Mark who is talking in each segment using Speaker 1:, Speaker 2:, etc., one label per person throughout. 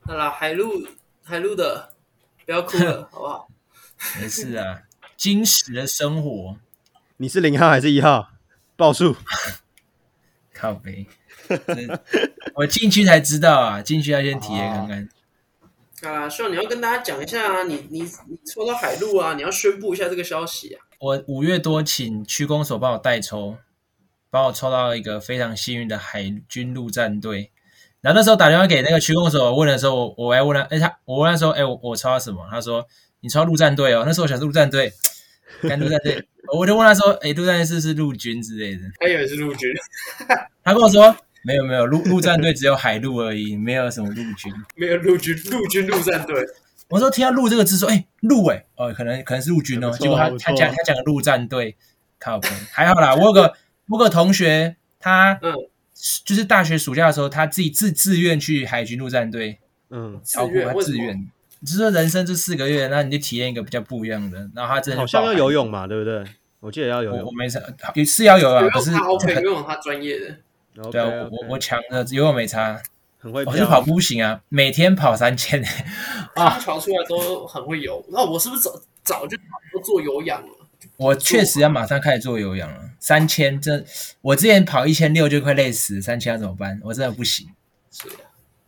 Speaker 1: 好啦，海陆海陆的，不要哭 了，好不好？
Speaker 2: 没事啊，金石的生活，
Speaker 3: 你是零号还是一号？报数，
Speaker 2: 靠背。这我进去才知道啊，进去要先体验看看。
Speaker 1: 好啦，希望你要跟大家讲一下啊，你你你抽到海陆啊，你要宣布一下这个消息啊。
Speaker 2: 我五月多请区公所帮我代抽，帮我抽到一个非常幸运的海军陆战队。然后那时候打电话给那个区公所问的时候，我我还问他，哎、他我问他说，哎、我我抽到什么？他说你抽到陆战队哦。那时候我想是陆战队，干陆战队，我就问他说，哎、陆战队是不是陆军之类的？
Speaker 1: 还以为是陆军，
Speaker 2: 他跟我说没有没有，陆陆战队只有海陆而已，没有什么陆军。
Speaker 1: 没有陆军，陆军陆战 队。
Speaker 2: 我说听到“陆”这个字，说哎陆哎，哦，可能可能是陆军哦。
Speaker 3: 不错
Speaker 2: 结果他
Speaker 3: 不错
Speaker 2: 他讲他讲的陆战队，靠北，还好啦。我有 个我有个同学，他
Speaker 1: 嗯
Speaker 2: 就是大学暑假的时候，他自己自自愿去海军陆战队，
Speaker 3: 嗯，
Speaker 1: 自
Speaker 2: 超酷，
Speaker 1: 愿
Speaker 2: 他
Speaker 1: 为什
Speaker 2: 自
Speaker 1: 么
Speaker 2: 愿。只是说人生这四个月，那你就体验一个比较不一样的。然后他真的
Speaker 3: 嗯好像要游
Speaker 2: 泳，
Speaker 3: 泳嘛，对不对？我记得要游
Speaker 2: 我我
Speaker 3: 泳。
Speaker 2: 没差，也是要 游
Speaker 1: 游
Speaker 2: 啊，
Speaker 1: 泳
Speaker 2: 可是
Speaker 1: 他 OK，游泳他专业的，
Speaker 2: 对啊，
Speaker 3: OK，
Speaker 2: 我我我强的游泳没差，
Speaker 3: 很会
Speaker 2: 我是跑
Speaker 3: 飘。
Speaker 2: 步不行啊，每天跑三千，啊
Speaker 1: 康桥出来都很会游。那我是不是早早就都做有氧了？
Speaker 2: 我确实要马上开始做有氧了，三千这我之前跑一千六就快累死，三千要怎么办？我真的不行，
Speaker 1: 是啊，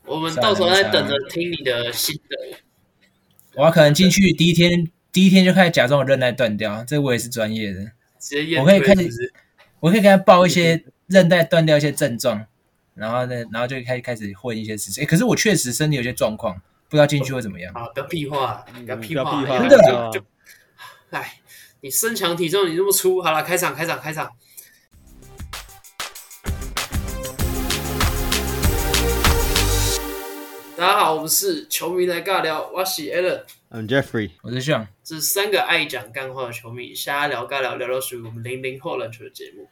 Speaker 1: 我们到时候再等着听你的心得。
Speaker 2: 我可能进去第一天第一天就开始假装我韧带断掉，这我也是专业的，
Speaker 1: 直接验
Speaker 2: 我可以
Speaker 1: 退
Speaker 2: 开
Speaker 1: 是
Speaker 2: 始
Speaker 1: 不是？
Speaker 2: 我可以给他报一些韧带断掉一些症状，然后呢，然后就开开始混一些事情。诶可是我确实身体有些状况，不知道进去会怎么样。
Speaker 1: 啊，不要屁话，不要
Speaker 3: 嗯
Speaker 1: 屁
Speaker 3: 不要
Speaker 1: 话，
Speaker 3: 屁话
Speaker 1: 哎
Speaker 2: 真的
Speaker 3: 啊
Speaker 1: 就就，哎，你身强体壮，你那么粗，好了，开场，开场，开场。大家好，我们是球迷来尬聊，我是 Allen，
Speaker 3: 嗯，Jeffrey，
Speaker 2: 我是想，
Speaker 1: 这是三个爱讲干话的球迷，瞎聊尬聊，聊聊属于我们零零后篮球的节目。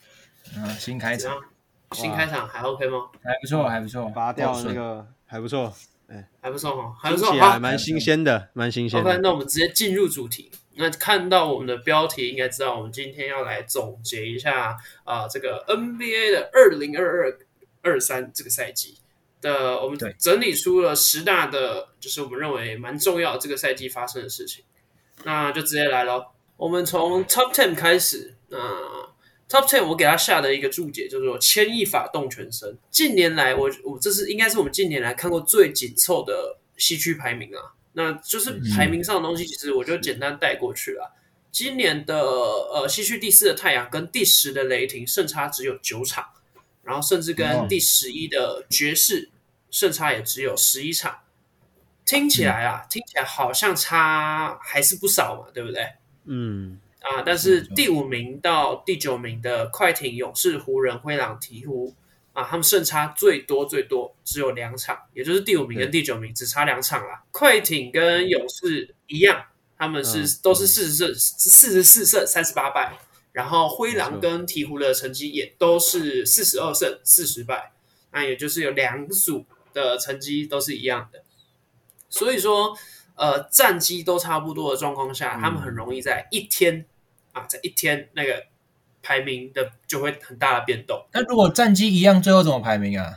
Speaker 2: 啊，新开
Speaker 1: 怎
Speaker 2: 场
Speaker 1: 样？新开场还 OK 吗？
Speaker 2: 还不错，还不错，
Speaker 3: 拔掉那
Speaker 2: 顺
Speaker 3: 个还不错，
Speaker 1: 还不错哈，还不
Speaker 3: 听
Speaker 1: 错哦
Speaker 3: 起
Speaker 1: 好。
Speaker 3: 来蛮新鲜的，蛮新鲜
Speaker 1: OK，
Speaker 3: 的。
Speaker 1: 那我们直接进入主题。那看到我们的标题，应该知道我们今天要来总结一下啊、这个 NBA 的二零二二二三这个赛季的，我们
Speaker 2: 对
Speaker 1: 整理出了十大的，就是我们认为蛮重要这个赛季发生的事情。那就直接来咯，我们从 Top Ten 开始。那 Top Ten 我给他下的一个注解叫做“牵一发动全身”。近年来我，我这是应该是我们近年来看过最紧凑的西区排名啊。那就是排名上的东西，其实我就简单带过去了。今年的呃西区第四的太阳跟第十的雷霆胜差只有九场，然后甚至
Speaker 2: 哦
Speaker 1: 跟第十一的爵士胜差也只有十一场。听起来啊，听起来好像差还是不少嘛，对不对？
Speaker 3: 嗯，
Speaker 1: 啊，但是
Speaker 2: 没错
Speaker 1: 第五名到第九名的快艇、勇士、湖人、灰狼、鹈鹕啊，他们胜差最多最多只有两场，也就是第五名跟第九名只差两场啦。快艇跟勇士一样，他们是、
Speaker 3: 嗯
Speaker 1: 都是四十胜四十四胜三十八败，然后灰狼
Speaker 3: 没错
Speaker 1: 跟鹈鹕的成绩也都是四十二胜四十败，那也就是有两组的成绩都是一样的，所以说。呃战绩都差不多的状况下，
Speaker 3: 嗯
Speaker 1: 他们很容易在一天啊，在一天那个排名的就会很大的变动。
Speaker 2: 那如果战绩一样，最后怎么排名啊？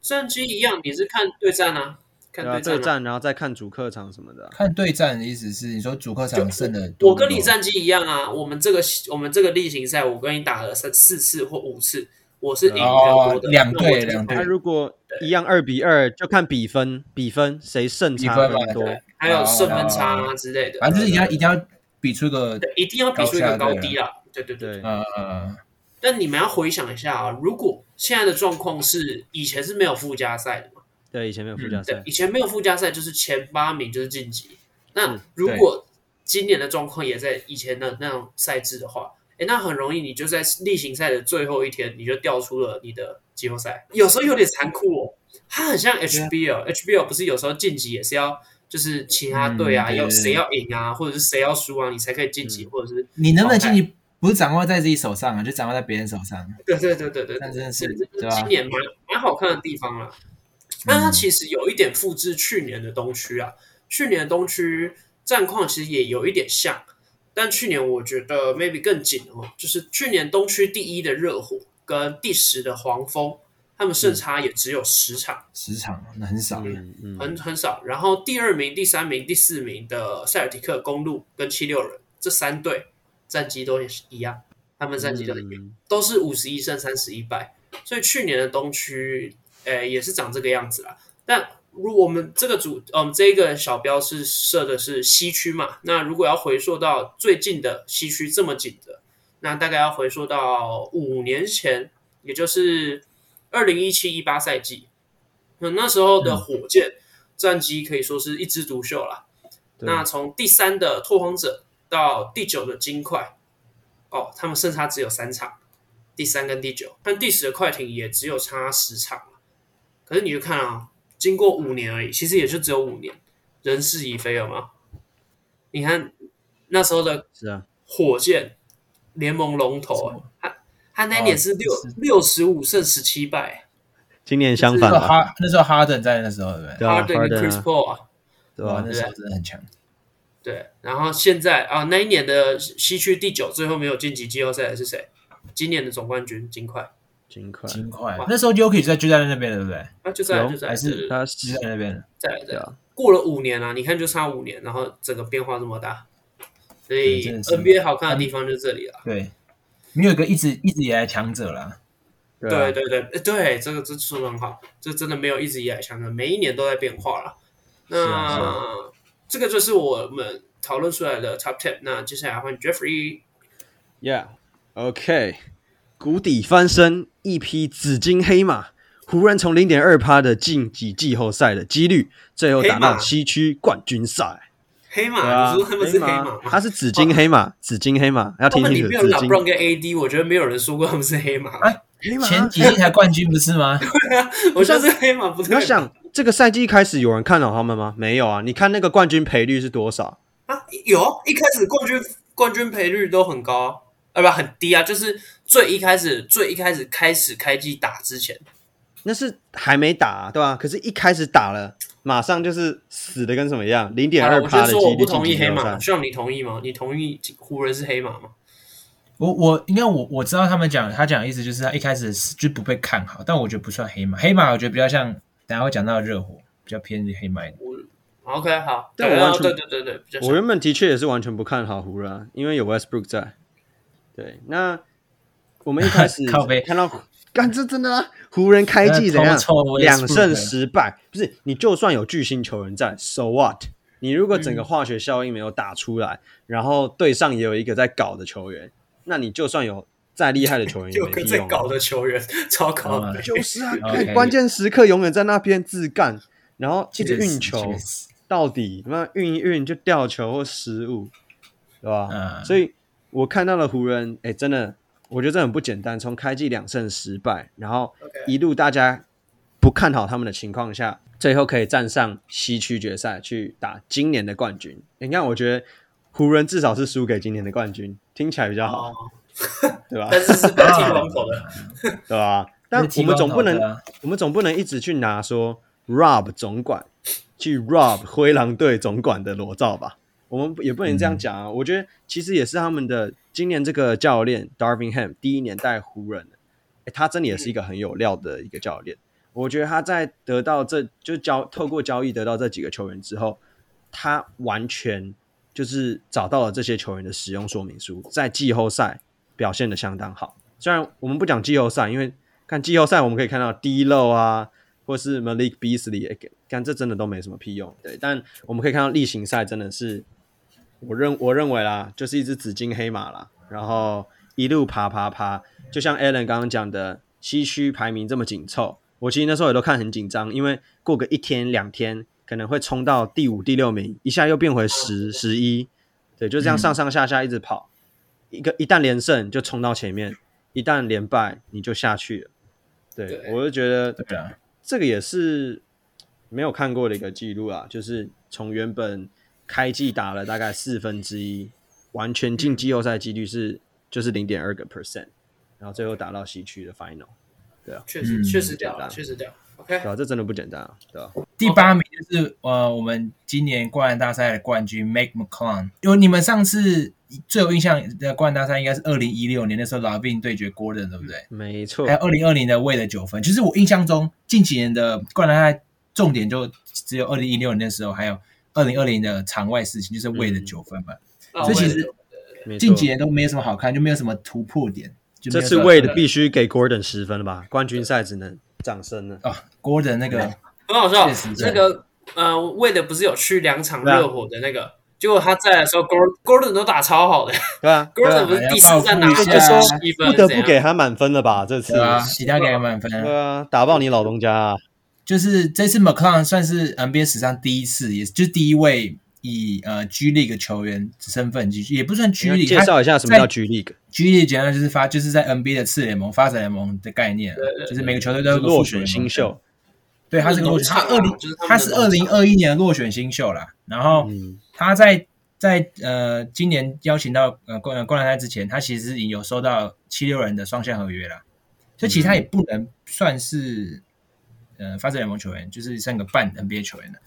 Speaker 1: 战绩一样，你是看对战啊，看
Speaker 3: 对啊，
Speaker 1: 战、啊。
Speaker 3: 对战，然后再看主客场什么的啊。
Speaker 2: 看对战的意思是，你说主客场胜的多
Speaker 1: 我
Speaker 2: 不多
Speaker 1: 跟你战绩一样啊，我们这个我们这个例行赛，我跟你打了三四次或五次，我是赢比较多的，
Speaker 2: 哦两
Speaker 1: 那我
Speaker 2: 队
Speaker 1: 就
Speaker 2: 两队
Speaker 3: 他如果一样二比二，就看比分，比分谁胜
Speaker 2: 比
Speaker 3: 差
Speaker 2: 分嘛啊
Speaker 3: 更多。
Speaker 1: 还有胜分差啊之类的，
Speaker 2: 哦反正就是一定要一定要比出个
Speaker 1: 对一定要比出一个高低啊，对对对。
Speaker 3: 对，
Speaker 2: 呃呃
Speaker 1: 但你们要回想一下啊，如果现在的状况是以前是没有附加赛的嘛，
Speaker 3: 对，以前没有附加
Speaker 1: 对
Speaker 2: 嗯
Speaker 3: 赛，，
Speaker 1: 以前没有附加赛，就是前八名就是晋级。那
Speaker 3: 是
Speaker 1: 如果今年的状况也在以前的那种赛制的话，诶，那很容易你就在例行赛的最后一天，你就调出了你的季后赛。有时候有点残酷哦，它很
Speaker 2: 啊
Speaker 1: 像 HBL，HBL 不是有时候晋级也是要就是其他队啊，
Speaker 2: 嗯对嗯
Speaker 1: 要谁要赢啊，或者是谁要输啊，你才可以晋级，或者是
Speaker 2: 你能不能晋级，不是掌握在自己手上啊，就掌握在别人手上。
Speaker 1: 对对对对对，
Speaker 2: 但真的是
Speaker 1: 这
Speaker 2: 对啊嗯
Speaker 1: 这
Speaker 2: 吧
Speaker 1: 今年蛮蛮好看的地方啦。那它其实有一点复制去年的东区啊，去年的东区战况其实也有一点像，但去年我觉得 maybe 更紧哦，就是去年东区第一的热火跟第十的黄蜂，他们
Speaker 2: 嗯
Speaker 1: 胜差也只有十场，
Speaker 2: 十场那很少，
Speaker 3: 嗯嗯，
Speaker 1: 很很少。然后第二名、第三名、第四名的塞尔提克、公路跟七六人这三队战绩都也是一样，他们战绩都一样。
Speaker 3: 嗯
Speaker 1: 都是五十一胜三十一败，所以去年的东区，呃，也是长这个样子啦。但如我们这个组，呃我、们这个小标是设的是西区嘛，那如果要回溯到最近的西区这么紧的，那大概要回溯到五年前，也就是二零一七一八赛季，那那时候的火箭战绩可以说是一枝独秀啦。
Speaker 3: 对
Speaker 1: 那从第三的拓荒者到第九的金块，哦，他们胜差只有三场，第三跟第九，但第十的快艇也只有差十场嘛可是你就看啊，经过五年而已，其实也就只有五年，人事已非了吗？你看那时候的
Speaker 3: 是啊，
Speaker 1: 火箭联盟龙头
Speaker 2: 什
Speaker 1: 啊，他他那
Speaker 2: 哦
Speaker 1: 年是六
Speaker 3: 啊
Speaker 2: 是
Speaker 1: 六十五胜十七败，
Speaker 3: 今年相
Speaker 2: 那
Speaker 3: 反
Speaker 2: 时候
Speaker 3: 吧，
Speaker 2: 哈那时候哈登在那时候对不对？
Speaker 3: 对啊
Speaker 1: Harden 跟
Speaker 3: Harden
Speaker 1: Chris
Speaker 3: 啊
Speaker 1: Paul 啊，
Speaker 3: 对
Speaker 2: 哇，
Speaker 3: 吧
Speaker 2: 那？时候真的很强。
Speaker 1: 对，然后现在啊，那一年的西区第九，最后没有晋级季后赛的是谁？今年的总冠军金块
Speaker 3: 金块，
Speaker 2: 金块
Speaker 1: 哇
Speaker 2: 那时候 Yuki 在就在那边的，对不对？
Speaker 1: 啊，就在
Speaker 3: 有
Speaker 1: 就在
Speaker 2: 还是
Speaker 1: 对
Speaker 3: 他
Speaker 2: 就在那边。
Speaker 1: 在在
Speaker 3: 对啊，
Speaker 1: 过了五年啊，你看就差五年，然后整个变化这么大，所以
Speaker 2: 嗯真的是
Speaker 1: NBA 好看的地方就这里了。
Speaker 2: 对，啊没有一个一直一直以来的强者啦。
Speaker 1: 对
Speaker 3: 对啊，
Speaker 1: 对对呃对，这个这说的很好，这真的没有一直以来强的，每一年都在变化了。那、
Speaker 2: 是啊是
Speaker 1: 这个就是我们讨论出来的 Top Ten。那接下来换 Jeffrey，
Speaker 3: ，Yeah，OK，谷底翻身，一匹紫金黑马。湖人从零点二趴的晋级季后赛的几率，最后打
Speaker 1: 黑马
Speaker 3: 到西区冠军赛。
Speaker 1: 黑马，
Speaker 3: 对啊，
Speaker 1: 你说他们是黑马哦吗？
Speaker 3: 他是紫金 黑马，紫金黑马，
Speaker 1: 他
Speaker 3: 要听
Speaker 1: 们
Speaker 3: 清
Speaker 1: 里
Speaker 3: 楚，
Speaker 1: 面有
Speaker 3: 紫金
Speaker 1: LeBron 跟 AD，我觉得没有人说过他们是黑马。
Speaker 2: 哎
Speaker 3: 黑马 啊。
Speaker 2: 前几季才冠军不是吗？
Speaker 1: 我觉得是黑马不
Speaker 3: 你
Speaker 1: 对
Speaker 3: 要想，这个赛季一开始有人看好他们吗？没有啊！你看那个冠军赔率是多少？
Speaker 1: 啊，有一开始冠军冠军赔率都很高啊，呃不很低啊，就是最一开始最一开始开始开季打之前，
Speaker 3: 那是还没打、啊对吧、可是，一开始打了，马上就是死的跟什么一样，零点
Speaker 1: 好了
Speaker 3: 二
Speaker 1: 我
Speaker 3: 趴
Speaker 1: 就
Speaker 3: 的
Speaker 1: 说
Speaker 3: 几
Speaker 1: 我
Speaker 3: 率
Speaker 1: 不
Speaker 3: 晋
Speaker 1: 同
Speaker 3: 级
Speaker 1: 意黑
Speaker 3: 决
Speaker 1: 马，
Speaker 3: 赛。
Speaker 1: 希望你同意吗？你同意湖人是黑马吗？
Speaker 2: 我我应该我我知道他们讲他讲的意思就是他一开始是就不被看好，但我觉得不算黑马，黑马我觉得比较像等一下会讲到的热火，比较偏黑马一点。
Speaker 1: 好 OK 好，
Speaker 3: 但我
Speaker 1: 对
Speaker 3: 完
Speaker 1: 啊
Speaker 3: 全
Speaker 1: 对对对对，比较
Speaker 3: 我原本的确也是完全不看好湖人啊，因为有 Westbrook 在。对，那我们一开始
Speaker 2: 靠背
Speaker 3: 看到， 干这真的啊！湖人开季怎
Speaker 2: 那
Speaker 3: 样
Speaker 2: 偷抽？Westbrook
Speaker 3: 两胜十败，不是你就算有巨星球员在，so what？你如果整
Speaker 2: 嗯
Speaker 3: 个化学效应没有打出来，然后队上也有一个在搞的球员，那你就算有再厉害的球 员也
Speaker 1: 有
Speaker 3: 没
Speaker 1: 个
Speaker 3: 屁
Speaker 1: 在
Speaker 3: 用啊、
Speaker 1: 搞的球员， 超搞
Speaker 2: 好
Speaker 1: 的
Speaker 2: 吧，
Speaker 3: 就 是啊，
Speaker 2: OK
Speaker 3: 看关键时刻永远在那边自干，然后一
Speaker 2: 确
Speaker 3: 直
Speaker 2: 实
Speaker 3: 运球
Speaker 2: 确实
Speaker 3: 到底，那运一运就掉球或失误，对吧？
Speaker 2: 嗯
Speaker 3: 所以我看到了湖人，哎、真的，我觉得这很不简单。从开季两胜十败，然后
Speaker 1: OK
Speaker 3: 一路大家不看好他们的情况下，最后可以站上西区决赛去打今年的冠军。诶你看，我觉得湖人至少是输给今年的冠军，听起来比较好，
Speaker 1: 哦，
Speaker 3: 对吧？
Speaker 1: 但是是被踢光头的，
Speaker 3: 对吧？但
Speaker 2: 是提
Speaker 3: 我们总
Speaker 2: 高
Speaker 3: 不
Speaker 2: 脑
Speaker 3: 能
Speaker 2: 子啊
Speaker 3: 我们总不能一直去拿说 Rob 总管去 Rob 灰狼队总管的裸照吧？我们也不能这样讲啊。我觉得其实也是他们的今年这个教练 Darvin Ham 第一年带湖人，诶他真的也是一个很有料的一个教练。我觉得他在得到这就交透过交易得到这几个球员之后，他完全就是找到了这些球员的使用说明书，在季后赛表现的相当好。虽然我们不讲季后赛，因为看季后赛我们可以看到 D 漏啊，或是 Malik Beasley，诶看这真的都没什么屁用。对，但我们可以看到例行赛真的是，我认我认为啦，就是一只紫金黑马啦，然后一路爬爬爬，就像 Alan 刚刚讲的，西区排名这么紧凑，我其实那时候也都看很紧张，因为过个一天两天可能会冲到第五、第六名，一下又变回十、十一，对，就这样上上下下一直跑，一个一旦连胜就冲到前面，一旦连败你就下去了。对，
Speaker 1: 对
Speaker 3: 我就觉得
Speaker 2: 对啊，
Speaker 3: 这个也是没有看过的一个记录啊，就是从原本开季打了大概四分之一，完全进季后赛几率是就是零点二个 percent，然后最后打到西区的 final。
Speaker 1: 确实
Speaker 2: 嗯
Speaker 1: 确实掉
Speaker 3: 对
Speaker 1: 了，
Speaker 3: 啊
Speaker 1: 确实掉了。 OK，
Speaker 3: 对吧、这真的不简单啊，对吧、
Speaker 2: 第八名就是呃，我们今年灌篮大赛的冠军 Make McClung。因为你们上次最有印象的灌篮大赛应该是二零一六年那时候老病对决 Gordon，对不对？
Speaker 3: 没错
Speaker 2: 还，有二零二零的为了九分。其实我印象中近几年的灌篮大赛重点就只有二零一六年的时候，还有二零二零的场外事情，就是为了九分嘛。
Speaker 1: 那
Speaker 2: 所以
Speaker 1: 我也
Speaker 2: 其实
Speaker 3: 嗯啊没
Speaker 2: 近
Speaker 3: 错
Speaker 2: 几。年都没有什么好看，就没有什么突破点。就没
Speaker 3: 这
Speaker 2: 有
Speaker 3: 次
Speaker 2: 什么
Speaker 3: 为的必须给 Gordon 十分了吧？冠军赛只能掌声了。
Speaker 2: 啊，Gordon 那个
Speaker 1: 很好笑
Speaker 2: 确实。是
Speaker 1: 那个呃，为了不是有去两场
Speaker 3: 对啊
Speaker 1: 热火的那个，结果他在的时候，Gordon Gordon 都打超好的
Speaker 3: 对啊，对
Speaker 1: ，Gordon 不
Speaker 3: 啊，
Speaker 1: 是第四站拿
Speaker 2: 哎
Speaker 1: 下
Speaker 2: 呀报复一下
Speaker 1: 七分，
Speaker 3: 不
Speaker 1: 怎
Speaker 3: 得不
Speaker 1: 样
Speaker 3: 给他满分了吧？这次
Speaker 2: 对啊，其他给他满分啊。
Speaker 3: 对啊，打爆你老东家啊！
Speaker 2: 就是这次 McClung 算是 NBA 史上第一次，也就是第一位以呃 G League 球员身份进去，也不算 G
Speaker 3: 你
Speaker 2: League。
Speaker 3: 介绍一下什么
Speaker 2: 在
Speaker 3: 叫 G League，
Speaker 2: G League 简单就是发，就是在 NBA 的次联盟、发展联盟的概念啊，
Speaker 1: 对对
Speaker 2: 就是每个球队都
Speaker 3: 是
Speaker 2: 有个
Speaker 3: 落
Speaker 2: 复选
Speaker 3: 选
Speaker 2: 联盟
Speaker 3: 新秀。。
Speaker 2: 对，他是个落选，
Speaker 1: 农场
Speaker 2: 他二
Speaker 1: 啊
Speaker 2: 零
Speaker 1: 就是他们的
Speaker 2: 他是二
Speaker 1: 农
Speaker 2: 零
Speaker 1: 场
Speaker 2: 二一年的落选新秀啦。然后
Speaker 3: 嗯，
Speaker 2: 他在在呃今年邀请到呃灌呃灌篮赛之前，他其实已经有收到七六人的双向合约啦，所以其实他也不能算是呃发展联盟球员，就是算个半 NBA 球员的。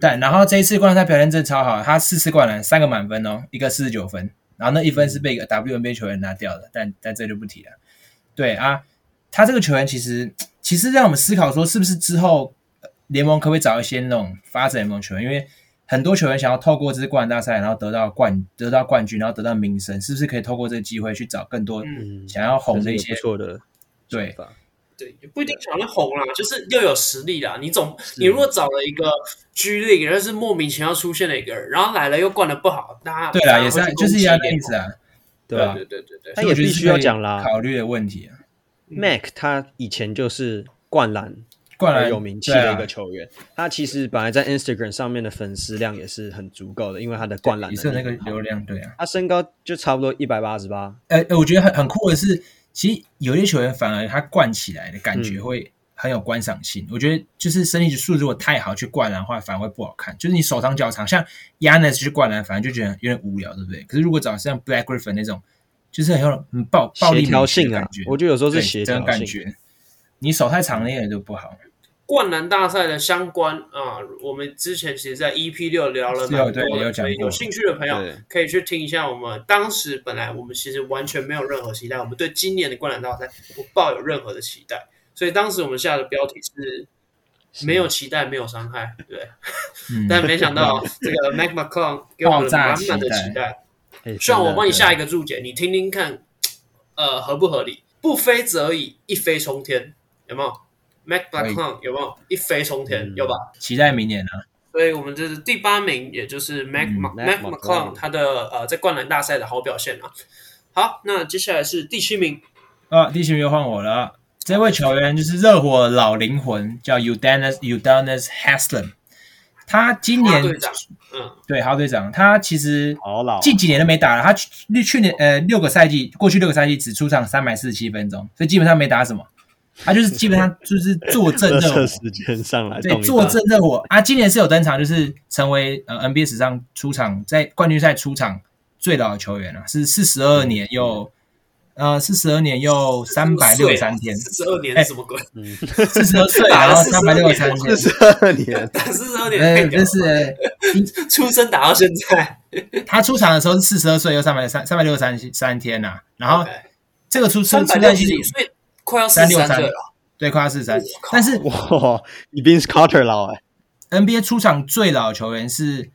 Speaker 2: 但然后这一次灌篮他表现真的超好，他四次灌篮三个满分哦，一个四十九分，然后那一分是被一个 WNBA 球员拿掉的，但但这就不提了。对啊，他这个球员其实其实让我们思考说，是不是之后呃联盟可不可以找一些那种发展联盟球员？因为很多球员想要透过这次灌篮大赛，然后得到冠得到冠军，然后得到名声，是不是可以透过这个机会去找更多
Speaker 1: 嗯
Speaker 2: 想要红的一
Speaker 3: 这是
Speaker 2: 些
Speaker 3: 个不错的
Speaker 2: 对
Speaker 3: 想法
Speaker 1: 对，也不一定想要红啦，就是又有实力啦。你总你如果找了一个 G League，但是莫名其妙出现了一个人，然后来了又灌的不好，那他
Speaker 2: 对啦，也是啊就是一样的意思
Speaker 1: 啊。
Speaker 2: 啊。
Speaker 3: 对
Speaker 2: 啊
Speaker 3: 吧
Speaker 1: 对对对对，
Speaker 3: 但也必须要讲
Speaker 2: 所
Speaker 3: 啦
Speaker 2: 以我觉得是可以考虑的问题啊。
Speaker 3: ？Mac 他以前就是灌篮
Speaker 2: 灌篮
Speaker 3: 而有名气的一
Speaker 2: 对
Speaker 3: 个
Speaker 2: 啊
Speaker 3: 球员，他其实本来在 Instagram 上面的粉丝量也是很足够的，因为他的灌篮
Speaker 2: 啊也是有那个
Speaker 3: 能力很好
Speaker 2: 流量，对啊。
Speaker 3: 他身高就差不多一百八十八，
Speaker 2: 呃，呃我觉得很很酷的是，其实有些球员反而他灌起来的感
Speaker 3: 嗯
Speaker 2: 觉会很有观赏性。我觉得就是身体素质如果太好去灌篮的话，反而会不好看。就是你手长脚长，像 Yanis 去灌篮，反而就觉得有点无聊，对不对？可是如果找像 Black Griffin 那种，就是很有很暴暴力
Speaker 3: 协调
Speaker 2: 美学的
Speaker 3: 性啊
Speaker 2: 感觉，
Speaker 3: 我觉得有时候是
Speaker 2: 对
Speaker 3: 协
Speaker 2: 这
Speaker 3: 调
Speaker 2: 种感
Speaker 3: 性。
Speaker 2: 觉。你手太长了，也就不好。
Speaker 1: 灌篮大赛的相关啊、我们之前其实，在 EP 六聊了蛮
Speaker 2: 对
Speaker 1: 多
Speaker 2: 有
Speaker 1: 的，
Speaker 2: 讲
Speaker 1: 所以
Speaker 2: 过
Speaker 1: 有兴趣的朋友
Speaker 3: 对
Speaker 1: 可以去听一下。我们当时本来我们其实完全没有任何期待，我们对今年的灌篮大赛不抱有任何的期待，所以当时我们下的标题是“没有期待，没有伤害”，对。
Speaker 2: 嗯，
Speaker 1: 但没想到这 个 Mac McClung 给我们满满的
Speaker 2: 爆炸期
Speaker 1: 期待。
Speaker 3: 哎
Speaker 1: 虽然我帮你下一
Speaker 3: 个，
Speaker 1: 个注解，你听听看，呃，合不合理？不飞则已，一飞冲天，有没有？Mac
Speaker 2: 可以
Speaker 1: McClung 有没有一飞冲天？
Speaker 3: 嗯
Speaker 1: 有吧？
Speaker 2: 期待明年啊。
Speaker 1: 所以我们这是第八名，也就是 Mac、
Speaker 2: 嗯
Speaker 1: Mac
Speaker 3: Mac
Speaker 1: Mac
Speaker 3: McClung
Speaker 1: McClung 他的呃在灌篮大赛的好表现啊。好，那接下来是第七名，
Speaker 2: 啊，第七名又换我了。这位球员就是热火老灵魂，叫 Udonis Udonis Haslam。他今
Speaker 1: 大
Speaker 2: 年
Speaker 1: 队长，嗯，
Speaker 2: 对哈队长，他其实
Speaker 3: 对好老啊，
Speaker 2: 近几年都没打了。他去去年呃六个赛季，过去六个赛季只出场三百四十七分钟，所以基本上没打什么。他就是基本上就是坐镇
Speaker 3: 热
Speaker 2: 热火
Speaker 3: 射，啊时间上来
Speaker 2: 哦对，
Speaker 3: 动一
Speaker 2: 坐
Speaker 3: 下，
Speaker 2: 镇热火啊，今年是有登场，就是成为呃 NBA 史上出场在冠军赛出场最老的球员了、是四十二年又、呃四十二年又三百六十三天，
Speaker 1: 四十二年
Speaker 2: 哎
Speaker 1: 是什么鬼？
Speaker 2: 四十二岁，
Speaker 1: 打
Speaker 2: 然
Speaker 1: 了
Speaker 2: 后三百
Speaker 1: 42
Speaker 2: 六
Speaker 1: 年
Speaker 2: 十三
Speaker 3: 四
Speaker 2: 天，
Speaker 3: 十二年，
Speaker 1: 打四十二年太
Speaker 2: 呃，
Speaker 1: 屌
Speaker 2: 就
Speaker 1: 了，
Speaker 2: 是
Speaker 1: 出生打到现在，
Speaker 2: 他出场的时候是四十二岁又三百三三百六十三三天呐、然后
Speaker 1: OK
Speaker 2: 这个出出
Speaker 1: 三
Speaker 2: 出
Speaker 1: 百
Speaker 2: 赛
Speaker 1: 六
Speaker 2: 季
Speaker 1: 十
Speaker 2: 是
Speaker 1: 几岁，快要四十三岁了。
Speaker 2: 对，快要四十三
Speaker 1: 我，靠
Speaker 2: 但是
Speaker 3: 哇，你比 Carter 老哎，
Speaker 2: NBA 出场最老的球员是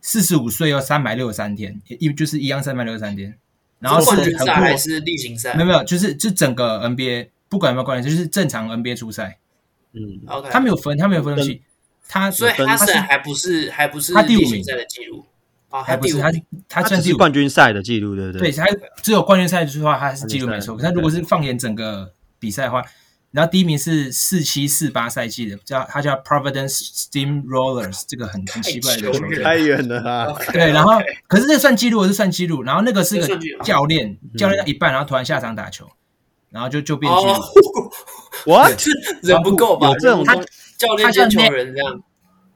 Speaker 2: 四十五岁又三百六十三天，也一就是一样三百六十三天，然后
Speaker 1: 是
Speaker 2: 是
Speaker 1: 冠
Speaker 2: 很哦
Speaker 1: 军
Speaker 2: 过
Speaker 1: 赛还是例行赛
Speaker 2: 没有没有，就是就整个 NBA 不管有没有关联，就是正常 NBA 初赛，
Speaker 3: 嗯，
Speaker 1: ？OK，
Speaker 2: 他没有分，他没有分东西，他
Speaker 1: 所以
Speaker 3: 分
Speaker 1: 哈
Speaker 2: 他是
Speaker 1: 森还不是还不是
Speaker 2: 他第五
Speaker 1: 例
Speaker 2: 名哎
Speaker 1: 行赛的记录啊，
Speaker 2: 还不
Speaker 1: 第
Speaker 2: 是
Speaker 1: 五
Speaker 2: 他
Speaker 1: 名
Speaker 2: 他
Speaker 3: 他
Speaker 2: 算是
Speaker 3: 只是
Speaker 2: 有
Speaker 3: 冠军赛的记录，对不
Speaker 2: 对，
Speaker 3: 对？
Speaker 2: 他只有冠军赛的话，他是记录没错，可
Speaker 3: 冠
Speaker 2: 是
Speaker 3: 军赛
Speaker 2: 他如果是放眼整个比赛的话，然后第一名是四七四八赛季的，叫他叫 Providence Steamrollers，这个很很奇怪的
Speaker 1: 太
Speaker 2: 球
Speaker 1: 久
Speaker 2: 队
Speaker 1: 远。
Speaker 3: 太远了啊，
Speaker 1: OK，
Speaker 2: 对，然后
Speaker 1: OK
Speaker 2: 可是这个算记录，是算记录。然后那个是
Speaker 1: 这
Speaker 2: 个
Speaker 1: 算记录
Speaker 2: 教练，
Speaker 3: 嗯
Speaker 2: 教练到一半，然后突然下场打球，然后就就变记录。
Speaker 1: 哦，
Speaker 3: 我
Speaker 1: 这人不够吧
Speaker 3: 有？这种
Speaker 1: 他
Speaker 3: 东
Speaker 1: 教练兼球员这样，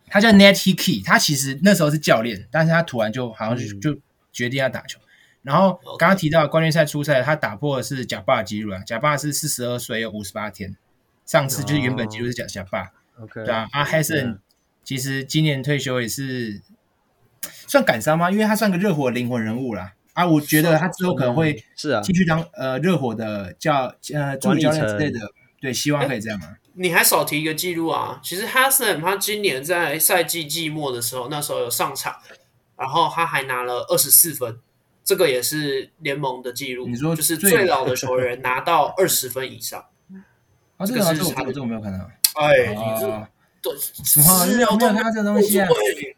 Speaker 2: 他叫 Natty Key，他其实那时候是教练，但是他突然就好像就、就决定要打球。然后刚刚提到冠军赛初赛，他打破的是贾巴的记录啊，贾巴是四十二岁又五十八天，上次就是原本记录是贾夏巴，
Speaker 3: OK，
Speaker 2: 对啊，阿 h a s s o
Speaker 3: 嗯
Speaker 2: n 其实今年退休也是算感伤吗？因为他算个热火的灵魂人物啦。啊，我觉得他之后可能会
Speaker 3: 是啊，
Speaker 2: 继续当呃热火的教呃助理教练之类的，对，希望可以这样啊。
Speaker 1: 你还少提一个记录啊！其实 Hassan 他今年在赛季季末的时候，那时候有上场，然后他还拿了二十四分，这个也是联盟的记录。
Speaker 2: 你说
Speaker 1: 就是
Speaker 2: 最
Speaker 1: 最老的球员拿 到二十分以上？
Speaker 2: 啊，这
Speaker 1: 这
Speaker 2: 个
Speaker 1: 个
Speaker 2: 好
Speaker 1: 是
Speaker 2: 像我
Speaker 1: 他的
Speaker 2: 这个我没有看到。
Speaker 1: 哎，你这
Speaker 3: 哦
Speaker 2: 啊，
Speaker 1: 对
Speaker 2: 什么？你
Speaker 1: 资
Speaker 2: 没
Speaker 1: 料
Speaker 2: 有
Speaker 1: 都
Speaker 2: 没有看到这个东西啊？
Speaker 1: 对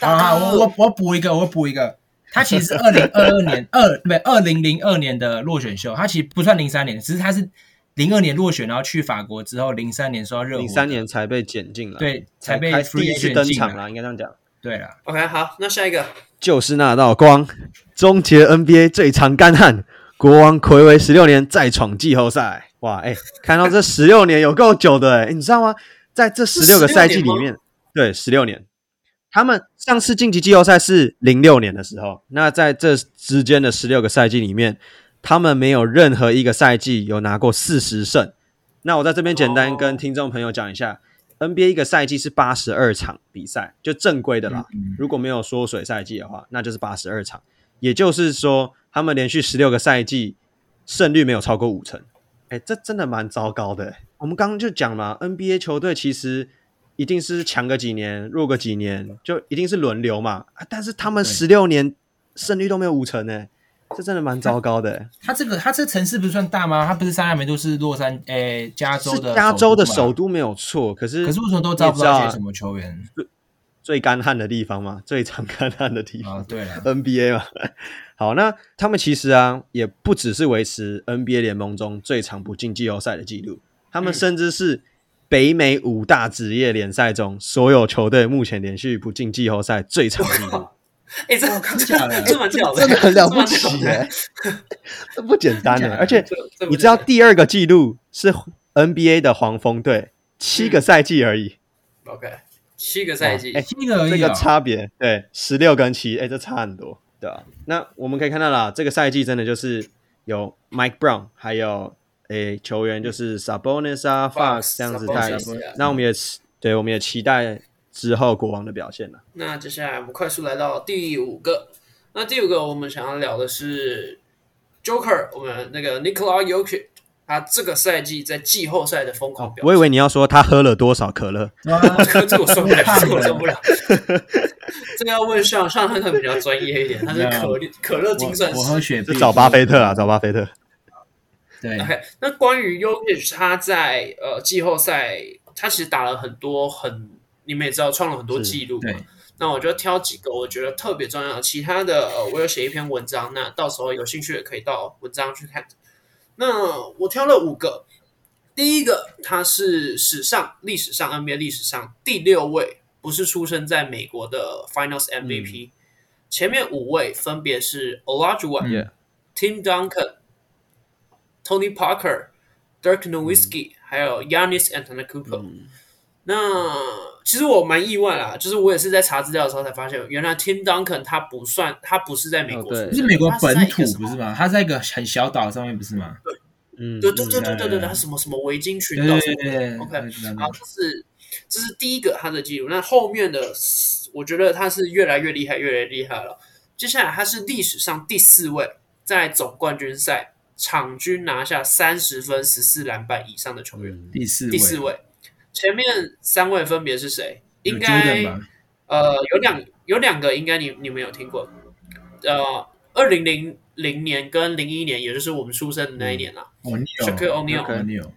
Speaker 2: 好啦，
Speaker 1: 大哥
Speaker 2: 我我我补一个，我补一个。他其实是二零二二年二不二零零二年的落选秀，他其实不算零三年，只是他是零二年落选，然后去法国之后，零三年受到热火的
Speaker 3: 零三年才被剪进来，，
Speaker 2: 对才
Speaker 3: 才
Speaker 2: 被
Speaker 3: 开
Speaker 2: free
Speaker 3: 第一次
Speaker 2: agent
Speaker 3: 登
Speaker 2: 进
Speaker 3: 场啊
Speaker 2: 来
Speaker 3: 啦，应该这样讲。
Speaker 2: 对啦，
Speaker 1: OK，好，那下一个
Speaker 3: 就是那道光，终结 NBA 最长干旱，国王魁违十六年再闯季后赛。哇，哎、看到这十六年有够久的哎、你知道吗？在这十六个赛季里面，对，十六年，他们上次晋级季后赛是零六年的时候，那在这之间的十六个赛季里面，他们没有任何一个赛季有拿过四十胜。那我在这边简单
Speaker 1: 哦
Speaker 3: 跟听众朋友讲一下、n b a 一个赛季是八十二场比赛，就正规的啦。如果没有缩水赛季的话，那就是八十二场，也就是说，他们连续十六个赛季胜率没有超过五成。哎，这真的蛮糟糕的。我们刚刚就讲嘛，NBA 球队其实一定是强个几年，弱个几年，就一定是轮流嘛。啊、但是他们
Speaker 2: 对
Speaker 3: 十六年胜率都没有五成呢，这真的蛮糟糕的。
Speaker 2: 他这个他这城市不是算大吗？他不是三亚梅都是洛杉诶、加州
Speaker 3: 是
Speaker 2: 的
Speaker 3: 加州的
Speaker 2: 嘛
Speaker 3: 首，都没有错，可是
Speaker 2: 可是为什么都招不
Speaker 3: 啊
Speaker 2: 到一些什么球员
Speaker 3: 最干旱的地方嘛，最常干旱的地方。
Speaker 2: 啊？对了，
Speaker 3: NBA 嘛。 好，那他们其实啊，也不只是维持 NBA 联盟中最长不进季后赛的记录，他们
Speaker 1: 嗯
Speaker 3: 甚至是北美五大职业联赛中所有球队目前连续不进季后赛最长记录，
Speaker 1: 哎，这
Speaker 2: 哇真
Speaker 1: 这
Speaker 2: 假的
Speaker 1: 这蛮屌的，
Speaker 3: 真的很 了不起
Speaker 1: 这蛮屌
Speaker 3: 耶、
Speaker 1: 的
Speaker 3: 这不简单耶、
Speaker 2: 真假的
Speaker 3: 而且
Speaker 1: 这这不
Speaker 3: 你知道
Speaker 1: 简
Speaker 3: 第二个记录是 NBA 的黄蜂队，七个赛季而已，
Speaker 1: 单 OK，七个嗯赛季
Speaker 3: 哇哎
Speaker 2: 七个而
Speaker 3: 这
Speaker 2: 已、
Speaker 3: 个
Speaker 2: 哦。
Speaker 3: 差别，对，十六跟七，哎，这差很多，对啊。那我们可以看到啦，这个赛季真的就是有 Mike Brown，还有哎球员就是 Sabonis 啊、Fox 这样子带
Speaker 1: Sabonis 啊。
Speaker 3: 那我们也对，我们也期待之后国王的表现了。
Speaker 1: 那接下来我们快速来到第五个。那第五个我们想要聊的是 Joker，我们那个 Nikola Jokic，他这个赛季在季后赛的疯狂表
Speaker 3: 我以
Speaker 1: 现。
Speaker 3: 为你要说他喝了多少可乐，
Speaker 2: 哇
Speaker 1: 这个这个我受不了，
Speaker 2: 太
Speaker 1: 这个我受
Speaker 2: 了
Speaker 1: 不了。 这个要问上上他可能比较专业一点，他是可乐可乐精算
Speaker 2: 我我喝
Speaker 1: 师。
Speaker 2: 雪碧
Speaker 3: 就，找巴菲特啊，找巴菲特。
Speaker 2: 对，
Speaker 1: OK，那关于 Jokic，他在呃季后赛，他其实打了很多很，你们也知道创了很多
Speaker 3: 是
Speaker 1: 记录嘛
Speaker 2: 对。
Speaker 1: 那我就挑几个我觉得特别重要的，其他的呃我有写一篇文章，那到时候有兴趣也可以到文章去看。那我挑了五个，第一个他是史上历史上 NBA 历史上第六位，不是出生在美国的 Finals MVP，、前面五位分别是 Olajuwon、
Speaker 2: 嗯 Yeah
Speaker 1: Tim Duncan、Tony Parker、Dirk Nowitzki，、还有 Yanis Antetokounmpo。那其实我蛮意外啦，就是我也是在查资料的时候才发现，原来 Tim Duncan 他不算，他不是在美国
Speaker 3: 哦对
Speaker 1: 出
Speaker 2: 不
Speaker 1: 生，
Speaker 2: 是美国
Speaker 1: 他在
Speaker 2: 本
Speaker 1: 一
Speaker 2: 土
Speaker 1: 个什
Speaker 2: 不
Speaker 1: 么
Speaker 2: 是吗？它在一个很小岛上面不是吗？
Speaker 3: 嗯，
Speaker 1: 对对对对
Speaker 2: 嗯
Speaker 1: 对对，他什么什么维京群
Speaker 2: 对
Speaker 1: 岛
Speaker 2: 对
Speaker 1: 什么
Speaker 2: 对对
Speaker 1: OK，
Speaker 2: 我知道那个
Speaker 1: 好，这是这是第一个他的记录。那后面的，我觉得他是越来越厉害，越来越厉害了。接下来他是历史上第四位在总冠军赛场均拿下三十分、十四篮板以上的球员，
Speaker 2: 第嗯四位，
Speaker 1: 第四位。前面三位分别是谁？
Speaker 2: 有
Speaker 1: 应
Speaker 2: Jordan
Speaker 1: 该
Speaker 2: 吧？
Speaker 1: 呃有两有两个，应该你你们有听过。呃，二零零零年跟零一年，也就是我们出生的那一年啦。
Speaker 2: 哦 n e
Speaker 1: Shaquille
Speaker 2: o
Speaker 1: O'Neal
Speaker 2: n e o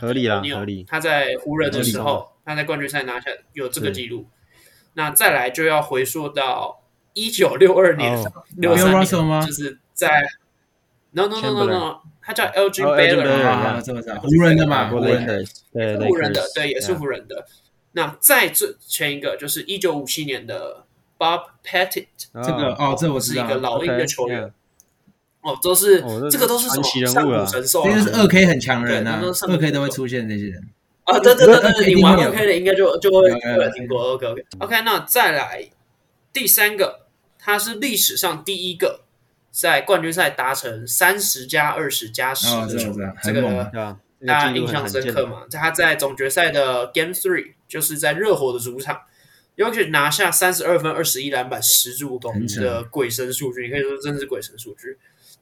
Speaker 3: 合理啦，
Speaker 1: 你有
Speaker 3: 合理。
Speaker 1: 呃他在湖人的时
Speaker 3: 合理
Speaker 1: 候，他在冠军赛拿下有这个记录。那再来就要回溯到一九六二年
Speaker 3: 哦、
Speaker 1: 六
Speaker 2: Bill
Speaker 1: 三
Speaker 2: Russell
Speaker 1: 年，
Speaker 2: 吗
Speaker 1: 就是在 no no no no no，
Speaker 3: Chamberlain
Speaker 1: 他叫 LG
Speaker 3: 哦 Elgin Baylor，
Speaker 1: Baylor，
Speaker 2: 啊，这么道，湖人的嘛，湖人的，
Speaker 3: 对，
Speaker 1: 湖人的
Speaker 3: Lakers，
Speaker 1: 对，也是
Speaker 3: yeah
Speaker 1: 湖人的。那再最前一个就是一九五七年的 Bob Pettit，
Speaker 2: 这个
Speaker 3: 哦
Speaker 2: 哦，这我知
Speaker 1: 是一
Speaker 2: 道
Speaker 1: 个，老鹰的
Speaker 3: OK，
Speaker 1: 球员
Speaker 3: yeah
Speaker 1: 哦，都是
Speaker 3: 哦这是
Speaker 1: 这个都是什
Speaker 3: 传奇
Speaker 1: 么
Speaker 3: 人物
Speaker 1: 上古
Speaker 3: 啊
Speaker 1: 神兽
Speaker 2: 这
Speaker 1: 啊
Speaker 2: 就是二 K 很强的人啊，
Speaker 1: 对都是上
Speaker 2: 二 K 都会出现这些人，
Speaker 1: 啊，对对对对
Speaker 2: 一
Speaker 1: 对，
Speaker 2: 定
Speaker 1: 你玩
Speaker 2: 会有
Speaker 1: OK 的应该就就会
Speaker 2: 有
Speaker 1: 就
Speaker 2: 有
Speaker 1: 会
Speaker 2: 有
Speaker 1: 听过 OK OK OK。那再来第三个，他是历史上第一个在冠军赛达成三十加二十加十
Speaker 2: 哦，
Speaker 1: 的
Speaker 2: 这
Speaker 1: 球
Speaker 2: 哦我知道
Speaker 1: 员，，这
Speaker 2: 很猛
Speaker 1: 个
Speaker 2: 啊，
Speaker 3: 对啊，
Speaker 1: 大家
Speaker 3: 进入
Speaker 1: 印
Speaker 3: 很
Speaker 1: 象
Speaker 3: 罕
Speaker 1: 深
Speaker 3: 见
Speaker 1: 刻
Speaker 3: 的？
Speaker 1: 嘛？他在总决赛的 Game Three，就是在热火的主场 y o k i 拿下三十二分、二十一篮板、十助攻
Speaker 2: 很扯
Speaker 1: 的鬼神数据，你可以说真的是鬼神数据。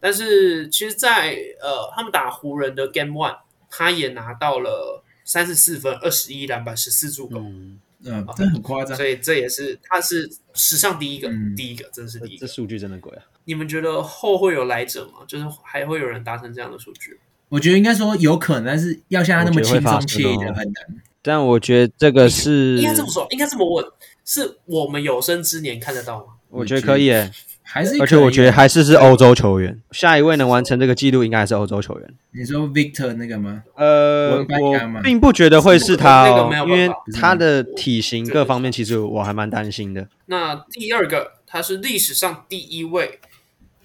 Speaker 1: 但是其实在，呃他们打湖人的 Game One，他也拿到了三十四分、二十一篮板、十四助攻，
Speaker 3: 嗯，
Speaker 2: 嗯，这很夸张
Speaker 1: 所。以这也是他是史上第一个，
Speaker 2: 嗯
Speaker 1: 第一个，真的是
Speaker 3: 这
Speaker 1: 第一
Speaker 3: 这
Speaker 1: 个。
Speaker 3: 数据真的贵啊！
Speaker 1: 你们觉得后会有来者吗？就是还会有人达成这样的数据？
Speaker 2: 我觉得应该说有可能，但是要像他那么
Speaker 3: 我觉
Speaker 2: 轻
Speaker 3: 得会发
Speaker 2: 松
Speaker 3: 生
Speaker 2: 惬意的
Speaker 3: 哦
Speaker 2: 很难。
Speaker 3: 但我觉得这个是
Speaker 1: 应该这么说，应该这么问：是我们有生之年看得到吗？
Speaker 3: 我觉得可以耶，
Speaker 2: 还是
Speaker 3: 而且我觉得
Speaker 2: 可以
Speaker 3: 还是是欧洲球员。下一位能完成这个记录应该还是欧洲球员。
Speaker 2: 你说 Victor 那个吗？
Speaker 3: 呃，
Speaker 2: 文班亚
Speaker 3: 我
Speaker 2: 马
Speaker 3: 并不觉得会是他
Speaker 1: 那个
Speaker 3: 哦
Speaker 1: 没有，办
Speaker 3: 因
Speaker 1: 法嗯
Speaker 3: 为他的体型各方面，其实我还蛮担心的。
Speaker 1: 那第二个，他是历史上第一位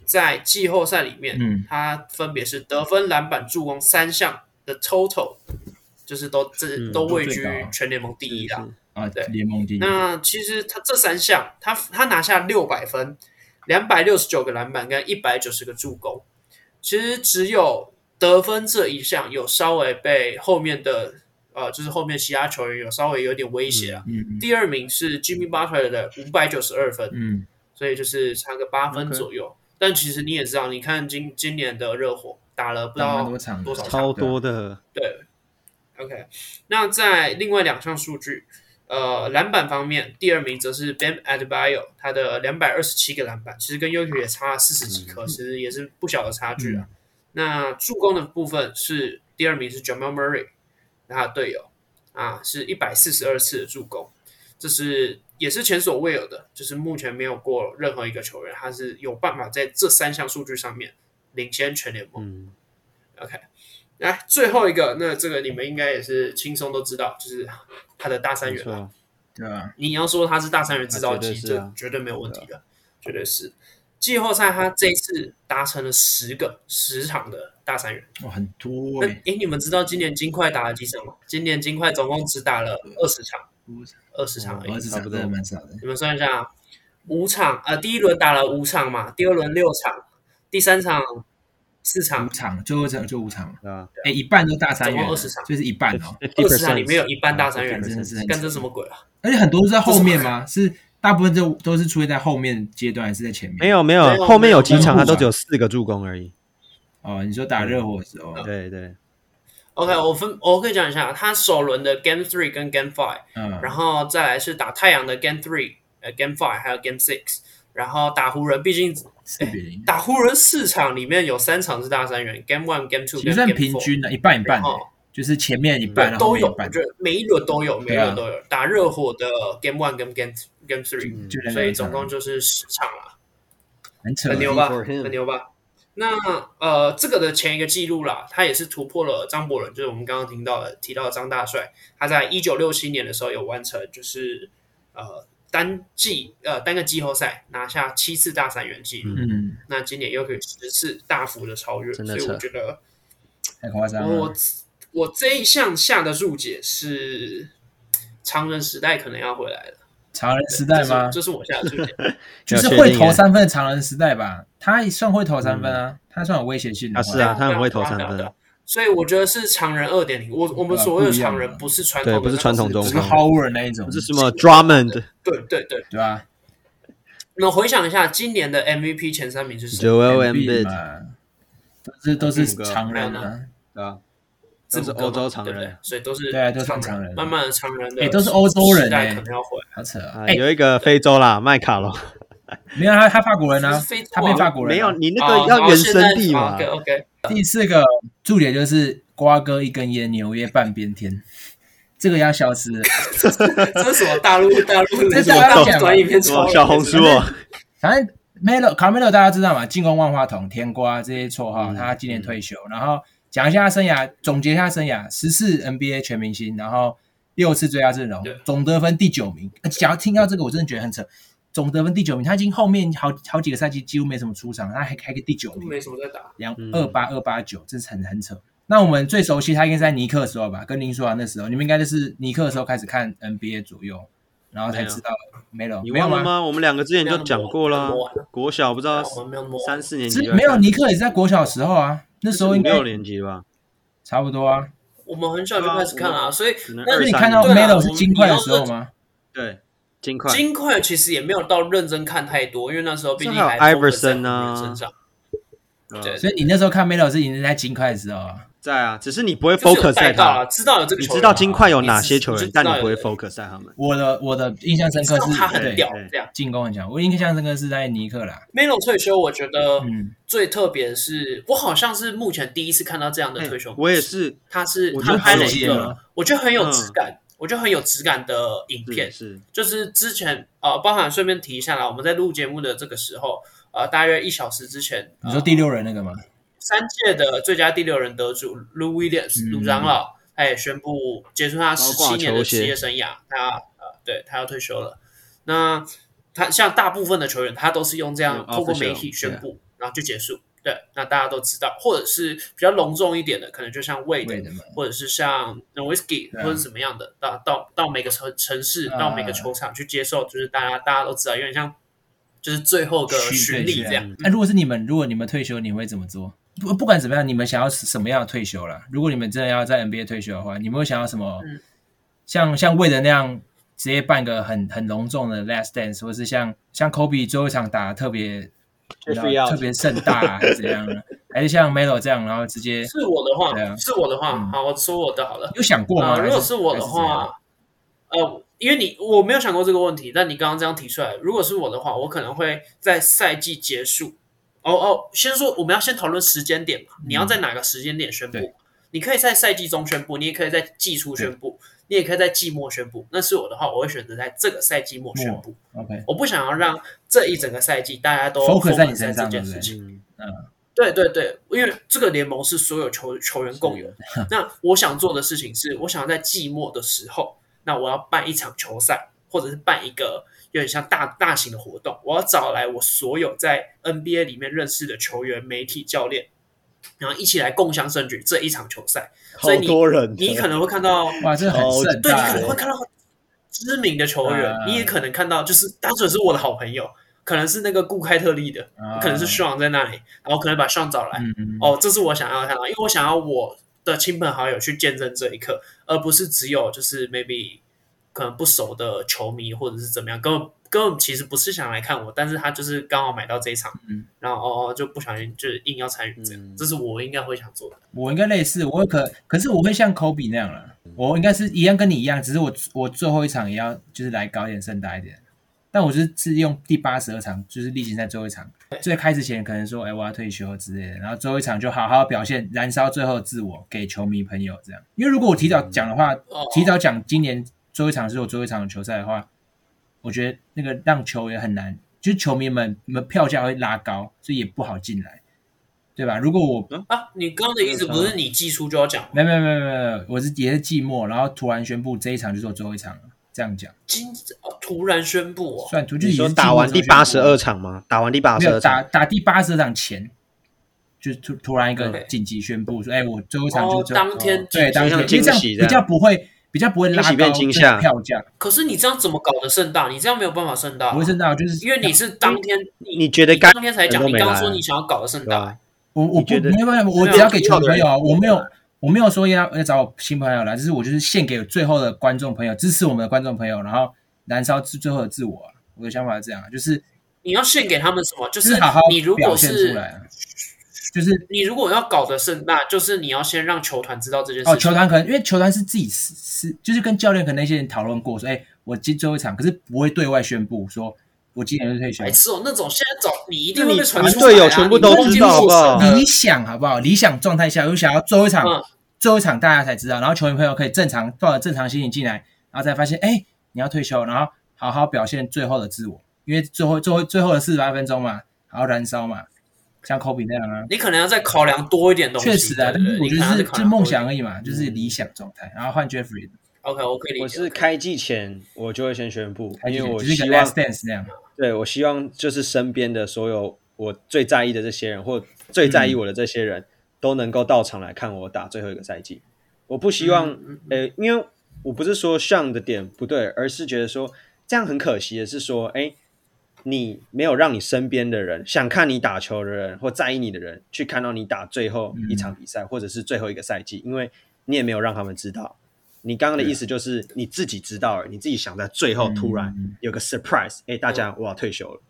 Speaker 1: 在季后赛里面，
Speaker 2: 嗯
Speaker 1: 他分别是得分、篮板、助攻三项的 total，就是都这
Speaker 3: 嗯
Speaker 1: 都位
Speaker 2: 都最
Speaker 1: 居
Speaker 2: 高
Speaker 1: 全联盟第一啦。
Speaker 2: 啊
Speaker 1: 对，
Speaker 2: 联盟第一。
Speaker 1: 那其实他这三项，他他拿下六百分，两百六十九个篮板跟一百九十个助攻，其实只有得分这一项有稍微被后面的呃，就是后面其他球员有稍微有点威胁啊。
Speaker 2: 嗯
Speaker 1: 第二名是 Jimmy Butler 的五百九十二分，
Speaker 2: 嗯，
Speaker 1: 所以就是差个八分
Speaker 3: OK
Speaker 1: 左右。但其实你也知道，你看今今年的热火打了不知
Speaker 2: 打
Speaker 1: 道
Speaker 2: 嗯蛮多场的
Speaker 1: 啊多少
Speaker 3: 超多的，
Speaker 1: 对，OK。那在另外两项数据，呃，篮板方面，第二名则是 Bam Adebayo，他的两百二十七个篮板，其实跟 y o k i 也差四十几颗，其实也是不小的差距啊。那助攻的部分是第二名是 Jamal Murray，他的队友啊，是一百四十二次的助攻，这是也是前所未有的，就是目前没有过任何一个球员，他是有办法在这三项数据上面领先全联盟。
Speaker 3: 嗯，
Speaker 1: OK，来最后一个，那这个你们应该也是轻松都知道，就是他的大三啊
Speaker 3: 没
Speaker 1: 元了。
Speaker 3: 错，
Speaker 2: 对啊吧？
Speaker 1: 你要说他是大三元制造
Speaker 3: 啊绝
Speaker 1: 机，
Speaker 3: 对是
Speaker 1: 这
Speaker 3: 啊
Speaker 1: 绝对没有问题的，绝对是。季后赛他这一次达成了十个十场的大三元。
Speaker 2: 哇，很多
Speaker 1: 那
Speaker 2: 哎。
Speaker 1: 诶，你们知道今年金块打了几场吗？今年金块总共只打了二十场，二十
Speaker 3: 嗯
Speaker 1: 场而
Speaker 2: 我哦
Speaker 1: 已。
Speaker 2: 儿子长得真的蛮少的。
Speaker 1: 你们算一下啊，五场呃，第一轮打了五场嘛，第二轮六场，第三场四
Speaker 2: 五
Speaker 3: 嗯
Speaker 1: 场，
Speaker 2: 场，最后一场就五场了，
Speaker 3: 对啊
Speaker 1: 啊
Speaker 3: 吧？
Speaker 2: 哎，一半都大三元
Speaker 1: 总
Speaker 2: 了，
Speaker 1: 共20场
Speaker 2: 就是一半哦，
Speaker 1: 二十场里面有一半大三元
Speaker 2: 真的是很
Speaker 1: 干这什么鬼啊？
Speaker 2: 而且很多都在后面吗？是大部分都都是出现在后面阶段，还是在前面？
Speaker 3: 没有
Speaker 1: 没
Speaker 3: 没有，
Speaker 1: 有
Speaker 3: 后
Speaker 1: 没
Speaker 3: 面有
Speaker 1: 有
Speaker 3: 几场
Speaker 2: 没有
Speaker 3: 他都只有四个助攻而已。
Speaker 2: 哦，你说打热火的时候，
Speaker 3: 对对，
Speaker 1: OK，我分我可以讲一下，他首轮的 Game Three 跟 Game Five，
Speaker 2: 嗯，
Speaker 1: 然后再来是打太阳的 Game Three、呃 Game Five 还有 Game Six，然后打湖人，毕竟
Speaker 2: 四比零，
Speaker 1: 打湖人四场里面有三场是大三元，Game One、Game Two
Speaker 2: 其实
Speaker 1: 跟
Speaker 2: 算
Speaker 1: Game
Speaker 2: 平
Speaker 1: Four，
Speaker 2: 均的，一半一半
Speaker 1: 然，
Speaker 2: 欸
Speaker 1: 后
Speaker 2: 就是前面一半，然后
Speaker 1: 都
Speaker 2: 后面
Speaker 1: 有，
Speaker 2: 一
Speaker 1: 我
Speaker 2: 半，
Speaker 1: 觉得每一轮都有，每一
Speaker 2: 对啊
Speaker 1: 轮都有。打热火的 Game One 跟 Game Game Three，
Speaker 2: 就
Speaker 1: 所以总共就是十场了。
Speaker 2: 很扯
Speaker 1: 很，牛吧，
Speaker 3: for him
Speaker 1: 很牛吧。那呃，这个的前一个记录啦，他也是突破了张伯伦，就是我们刚刚听到的提到的张大帅，他在一九六七年的时候有完成，就是呃单季呃单个季后赛拿下七次大三元记录。
Speaker 2: 嗯，
Speaker 1: 那今年又可以十次大幅的超越，
Speaker 3: 真
Speaker 1: 所
Speaker 3: 的
Speaker 1: 以我
Speaker 3: 扯
Speaker 1: 觉得
Speaker 2: 太夸张
Speaker 1: 我
Speaker 2: 了，
Speaker 1: 我这一项下的注解是常人时代可能要回来了，
Speaker 2: 常人时代吗
Speaker 1: 这是？这是我下的注解。
Speaker 2: 就是会
Speaker 3: 欸
Speaker 2: 投三分的常人时代吧，他算会投三分啊，他算有威胁性的
Speaker 3: 嗯啊
Speaker 2: 话，
Speaker 3: 是啊，他很会投
Speaker 1: 对啊
Speaker 3: 三
Speaker 1: 对啊
Speaker 3: 分嗯
Speaker 1: 对啊
Speaker 3: 啊，
Speaker 1: 所以我觉得是常人二点零。我我们所谓的常人不是传统的，
Speaker 3: 对啊不是传统中
Speaker 2: 只
Speaker 1: 就是
Speaker 2: 是 Howard 那一种
Speaker 3: 不，是什么 Drummond、
Speaker 1: 对对对。
Speaker 2: 对吧
Speaker 1: 那回想一下，今年的 MVP 前三名是谁？
Speaker 3: Joel
Speaker 2: ？Embiid
Speaker 3: Embiid，
Speaker 2: 嘛，都是都是常人啊，
Speaker 1: 哎
Speaker 3: 对啊，
Speaker 1: 字母
Speaker 3: 都是
Speaker 1: 哥嘛
Speaker 3: 欧洲常
Speaker 1: 对不对
Speaker 3: 人。
Speaker 1: 所以都是
Speaker 2: 对啊都是常人
Speaker 1: 人。慢慢的常人的，
Speaker 2: 哎都是欧洲人哎
Speaker 1: 可能要回来。
Speaker 2: 好扯啊！
Speaker 3: 啊，
Speaker 2: 哎，
Speaker 3: 有一个非洲啦，麦卡龙，
Speaker 2: 没有他，他法国人啊
Speaker 1: 是，非洲啊
Speaker 2: 他变法国人啊。
Speaker 3: 没有你那个要
Speaker 1: 哦
Speaker 3: 原生地嘛
Speaker 1: 好现在，OK OK，
Speaker 2: 第四个注解就是瓜哥一根烟，纽约半边天，这个要消失了。
Speaker 1: 这是什么大陆大 陆
Speaker 2: 这
Speaker 1: 的
Speaker 2: 是
Speaker 1: 什么
Speaker 2: 大陆
Speaker 1: 大短影片抄
Speaker 3: 哇，
Speaker 1: 的？
Speaker 3: 小红书哦，
Speaker 2: 反正 Melo Carmelo 大家知道嘛，进攻万花筒、甜瓜这些绰号，他今年退休。然后讲一下他生涯，总结一下他生涯，十次 NBA 全明星，然后六次最佳阵容
Speaker 1: 对，
Speaker 2: 总得分第九名。呃想要听到这个，我真的觉得很扯。总得分第九名，他已经后面好好几个赛季几乎没什么出场，他还开个第九
Speaker 1: 都
Speaker 2: 名，
Speaker 1: 没什么在打。
Speaker 2: 两
Speaker 3: 嗯
Speaker 2: 二八二八九，这是很很扯。那我们最熟悉他应该是在尼克的时候吧，跟林书豪那时候，你们应该就是尼克的时候开始看 NBA 左右，然后才知道没有
Speaker 3: 你
Speaker 2: 没有
Speaker 3: 忘了
Speaker 2: 吗？
Speaker 3: 吗？我们两个之前就讲过啦
Speaker 1: 没有那么晚了，
Speaker 3: 国小不知道
Speaker 1: 我们没有那么晚
Speaker 3: 呃三四年级
Speaker 2: 是
Speaker 3: 就在
Speaker 2: 没有
Speaker 3: 看
Speaker 2: 尼克也是在国小的时候啊，那时候
Speaker 3: 五
Speaker 2: 应该
Speaker 3: 六年级吧，
Speaker 2: 差不多啊，
Speaker 1: 我们很小就开始看
Speaker 3: 对啊
Speaker 1: 了，所以
Speaker 3: 可能
Speaker 1: 但
Speaker 2: 那
Speaker 3: 二
Speaker 2: 你
Speaker 3: 三
Speaker 2: 看到
Speaker 3: 年
Speaker 1: 对啊
Speaker 2: Melo
Speaker 1: 我
Speaker 2: 是
Speaker 1: 们
Speaker 2: 金块的
Speaker 1: 以后
Speaker 2: 时候
Speaker 1: 是
Speaker 2: 吗？
Speaker 3: 对金块，
Speaker 1: 金块其实也没有到认真看太多，因为那时候毕竟
Speaker 3: 这还有
Speaker 1: 还疯了在
Speaker 3: Iverson 啊
Speaker 1: 湖人身上，
Speaker 3: 嗯
Speaker 1: 对
Speaker 2: 所以你那时候看 Melo 是已经在金块的时候啊。
Speaker 3: 在啊，只是你不会
Speaker 1: 就是有
Speaker 3: focus
Speaker 1: 带
Speaker 3: 在
Speaker 1: 到
Speaker 3: 他
Speaker 1: 啊，，知道有这个
Speaker 3: 你
Speaker 1: 球员啊，
Speaker 3: 知道金块有哪些
Speaker 1: 你
Speaker 3: 球
Speaker 1: 就
Speaker 3: 员
Speaker 1: 知，道
Speaker 3: 但你不会
Speaker 1: 有
Speaker 3: focus 在他们。
Speaker 2: 我的我的印象深
Speaker 1: 知
Speaker 2: 刻
Speaker 1: 道
Speaker 2: 是
Speaker 1: 他
Speaker 3: 对
Speaker 1: 很屌
Speaker 3: 对
Speaker 1: 这样。
Speaker 2: 进攻很强，我印象深刻是在尼克啦。
Speaker 1: Melo 退休，我觉得
Speaker 2: 嗯，
Speaker 1: 最特别的是，我好像是目前第一次看到这样的
Speaker 3: 哎
Speaker 1: 退休模式。
Speaker 3: 我也是，
Speaker 1: 他是
Speaker 3: 我觉
Speaker 1: 他
Speaker 3: 得
Speaker 1: 拍了
Speaker 3: 很
Speaker 1: 一
Speaker 2: 有趣
Speaker 1: 个
Speaker 2: 啊，
Speaker 1: 我觉得很有质感，我觉得很有质感的影
Speaker 3: 嗯是
Speaker 1: 片。
Speaker 3: 是，
Speaker 1: 就是之前呃，包含顺便提一下啦，我们在录节目的这个时候，呃，大约一小时之前，
Speaker 2: 你
Speaker 1: 呃
Speaker 2: 说第六人那个吗？
Speaker 1: 三届的最佳第六人得主 Lou Williams
Speaker 2: 嗯
Speaker 1: 卢长老，他也宣布结束他
Speaker 3: 高
Speaker 1: 十
Speaker 3: 挂
Speaker 1: 七年
Speaker 3: 球
Speaker 1: 的
Speaker 3: 鞋
Speaker 1: 职业生涯，他呃，对他要退休了。那他像大部分的球员，他都是用这样
Speaker 3: 嗯
Speaker 1: 透过
Speaker 3: official，
Speaker 1: 媒体宣布，然后就结束。对，那大家都知道，或者是比较隆重一点的，可能就像魏的
Speaker 2: 对的嘛。
Speaker 1: 或者是像 n o w i s k y
Speaker 2: 对啊
Speaker 1: 或者是怎么样的，到到到每个城城市、
Speaker 2: 啊
Speaker 1: 到每个球场去接受，就是大家大家都知道，有点像就是最后的巡礼这样。
Speaker 2: 那、如果是你们，如果你们退休，你会怎么做？不不管怎么样，你们想要什么样的退休啦？如果你们真的要在 NBA 退休的话，你们会想要什么？
Speaker 1: 嗯
Speaker 2: 像像魏德那样直接办个很很隆重的 Last Dance，或是像像 Kobe 最后一场打得特别你知
Speaker 3: Jeffrey
Speaker 2: 道
Speaker 3: Out
Speaker 2: 特别盛大、啊，还是怎样呢？还是像 Melo 这样，然后直接
Speaker 1: 是我的
Speaker 2: 对啊
Speaker 1: 话，是我的话
Speaker 2: 嗯，
Speaker 1: 好，我说我的好了。
Speaker 2: 有想过吗？
Speaker 1: 啊，如果
Speaker 2: 还是
Speaker 1: 是我的，
Speaker 2: 还是
Speaker 1: 话，呃，因为你我没有想过这个问题，但你刚刚这样提出来，如果是我的话，我可能会在赛季结束，哦哦，先说我们要先讨论时间点嘛，你要在哪个时间点宣布？
Speaker 2: 嗯对
Speaker 1: 你可以在赛季中宣布，你也可以在季初宣布，你也可以在季末宣布。那是我的话，我会选择在这个赛季末宣布。
Speaker 2: 怎样 OK，
Speaker 1: 我不想要让这一整个赛季大家都
Speaker 2: Focus 在你
Speaker 1: focus
Speaker 2: 身
Speaker 1: 这
Speaker 2: 上
Speaker 1: 件
Speaker 2: 对不
Speaker 1: 事
Speaker 2: 对
Speaker 1: 情。
Speaker 3: 嗯，
Speaker 1: 对对对，因为这个联盟是所有球球员共有的。那我想做的事情是，我想在季末的时候，那我要办一场球赛，或者是办一个有点像大大型的活动。我要找来我所有在 NBA 里面认识的球员、媒体、教练，然后一起来共襄盛举这一场球赛。所以
Speaker 3: 好多人的，
Speaker 1: 你可能会看到
Speaker 2: 哇，这很
Speaker 3: 哦
Speaker 2: 盛
Speaker 1: 对你
Speaker 2: 大
Speaker 1: 可
Speaker 2: 欸
Speaker 1: 能会看到知名的球员，
Speaker 2: 啊
Speaker 1: 你也可能看到就是单纯是我的好朋友，可能是那个顾开特利的，
Speaker 2: 啊
Speaker 1: 可能是 Sean 在那里，然后可能把 Sean 找来。
Speaker 2: 嗯嗯
Speaker 1: 哦，这是我想要看到，因为我想要我的亲朋好友去见证这一刻，而不是只有就是 maybe 可能不熟的球迷或者是怎么样，根本根本其实不是想来看我，但是他就是刚好买到这一场，
Speaker 2: 嗯
Speaker 1: 然后哦哦就不小心就是硬要参与这样，
Speaker 3: 嗯
Speaker 1: 这是我应该会想做的。
Speaker 2: 我应该类似，我可可是我会像 Kobe 那样了，我应该是一样跟你一样，只是我我最后一场也要就是来搞点盛大一点，但我就是是用第八十二场，就是例行赛最后一场，最开始前可能说哎我要退休之类的，然后最后一场就好好表现，燃烧最后的自我给球迷朋友这样，因为如果我提早讲的话，
Speaker 1: 哦，
Speaker 2: 提早讲今年最后一场是我最后一场的球赛的话，我觉得那个让球员很难，就是球迷们你们票价会拉高，所以也不好进来，对吧？如果我
Speaker 1: 啊，你刚刚的意思不是你寄出就要讲吗？
Speaker 2: 没有没有没有没有没有，我是也是寂寞，然后突然宣布这一场就是我最后一场了，这样讲
Speaker 1: 今哦突然宣布哦，
Speaker 2: 算突就
Speaker 3: 你
Speaker 2: 已经
Speaker 3: 说
Speaker 2: 是
Speaker 3: 打完第
Speaker 2: 寂寞
Speaker 3: 八
Speaker 2: 的
Speaker 3: 十
Speaker 2: 时候
Speaker 3: 二场吗？打完第八
Speaker 2: 没
Speaker 3: 十
Speaker 2: 有
Speaker 3: 二
Speaker 2: 打
Speaker 3: 场，
Speaker 2: 打第八十二场前，就突突然一个
Speaker 1: OK
Speaker 2: 紧急宣布说，哎，我最后一场就
Speaker 1: 哦
Speaker 2: 是
Speaker 1: 当天紧急
Speaker 2: 对当天，
Speaker 3: 像惊
Speaker 2: 因为这样
Speaker 3: 喜这样
Speaker 2: 比较不会比较不会拉
Speaker 3: 惊喜
Speaker 2: 高
Speaker 3: 变惊吓
Speaker 2: 票价，
Speaker 1: 可是你这样怎么搞得盛大？你这样没有办法盛大啊、
Speaker 2: 不会是到就是
Speaker 1: 因为你是当天你
Speaker 3: 你觉得该
Speaker 1: 当天才
Speaker 3: 人
Speaker 1: 讲，
Speaker 3: 都
Speaker 1: 你
Speaker 3: 没
Speaker 1: 刚刚
Speaker 3: 来
Speaker 1: 说
Speaker 3: 啊
Speaker 1: 你想要搞得盛
Speaker 3: 对
Speaker 1: 大，
Speaker 3: 吧？
Speaker 2: 我我
Speaker 3: 你
Speaker 2: 不
Speaker 3: 觉得
Speaker 2: 没有没有，我
Speaker 1: 没有
Speaker 2: 只要给
Speaker 3: 必要
Speaker 2: 球
Speaker 3: 的
Speaker 2: 朋友啊，
Speaker 3: 人
Speaker 2: 我没有我没有说要要找新朋友来，就是我就是献给最后的观众朋友，支持我们的观众朋友，然后燃烧最最后的自我啊。我的想法是这样啊，就是
Speaker 1: 你要献给他们什么？就
Speaker 2: 就是
Speaker 1: 是
Speaker 2: 好好
Speaker 1: 你如
Speaker 2: 表
Speaker 1: 果
Speaker 2: 现出来
Speaker 1: 是
Speaker 2: 啊，就是
Speaker 1: 你如果要搞得盛大，就是你要先让球团知道这件
Speaker 2: 哦，
Speaker 1: 事
Speaker 2: 球
Speaker 1: 情。
Speaker 2: 团可能因为球团是自己是是，就是跟教练可能一些人讨论过说，哎，我今最后一场，可是不会对外宣布说我今年就退休
Speaker 1: 白。痴哦，那种现在找你一定
Speaker 3: 那
Speaker 1: 会
Speaker 3: 你
Speaker 1: 被传
Speaker 3: 你
Speaker 1: 出来啊
Speaker 3: 队友全部都知道好不好
Speaker 2: 理想好不好？理想状态下，我想要最后一场
Speaker 1: 嗯，
Speaker 2: 最后一场大家才知道，然后球员朋友可以正常抱着正常心情进来，然后才发现，哎，你要退休，然后好好表现最后的自我，因为最后最后最后的四十八分钟嘛，好好燃烧嘛，像科比那样啊。
Speaker 1: 你可能要再考量多一点东西。
Speaker 2: 确实啊，
Speaker 1: 对
Speaker 2: 但
Speaker 1: 不对
Speaker 2: 是我觉
Speaker 1: 你
Speaker 2: 得
Speaker 1: 可能要嗯
Speaker 2: 是
Speaker 1: 再
Speaker 2: 就
Speaker 1: 考
Speaker 2: 是
Speaker 1: 量多一
Speaker 2: 梦
Speaker 1: 点
Speaker 2: 想而已嘛，就是理想状态。然后换 Jeffrey，
Speaker 1: OK，我可以理解。
Speaker 3: 我是开季前我就会先宣布，因为我
Speaker 2: 就是一个
Speaker 3: 希
Speaker 2: Last
Speaker 3: 望
Speaker 2: Dance 那样。
Speaker 3: 对我希望就是身边的所有我最在意的这些人，或最在意我的这些人，都能够到场来看我打最后一个赛季。我不希望，呃、因为我不是说像的点不对，而是觉得说这样很可惜的是说，哎、你没有让你身边的人想看你打球的人或在意你的人去看到你打最后一场比赛、或者是最后一个赛季，因为你也没有让他们知道。你刚刚的意思就是你自己知道了，你自己想在最
Speaker 1: 嗯
Speaker 3: 后哦
Speaker 2: 嗯
Speaker 3: 突然有个 surprise，哎、大家我要退休了。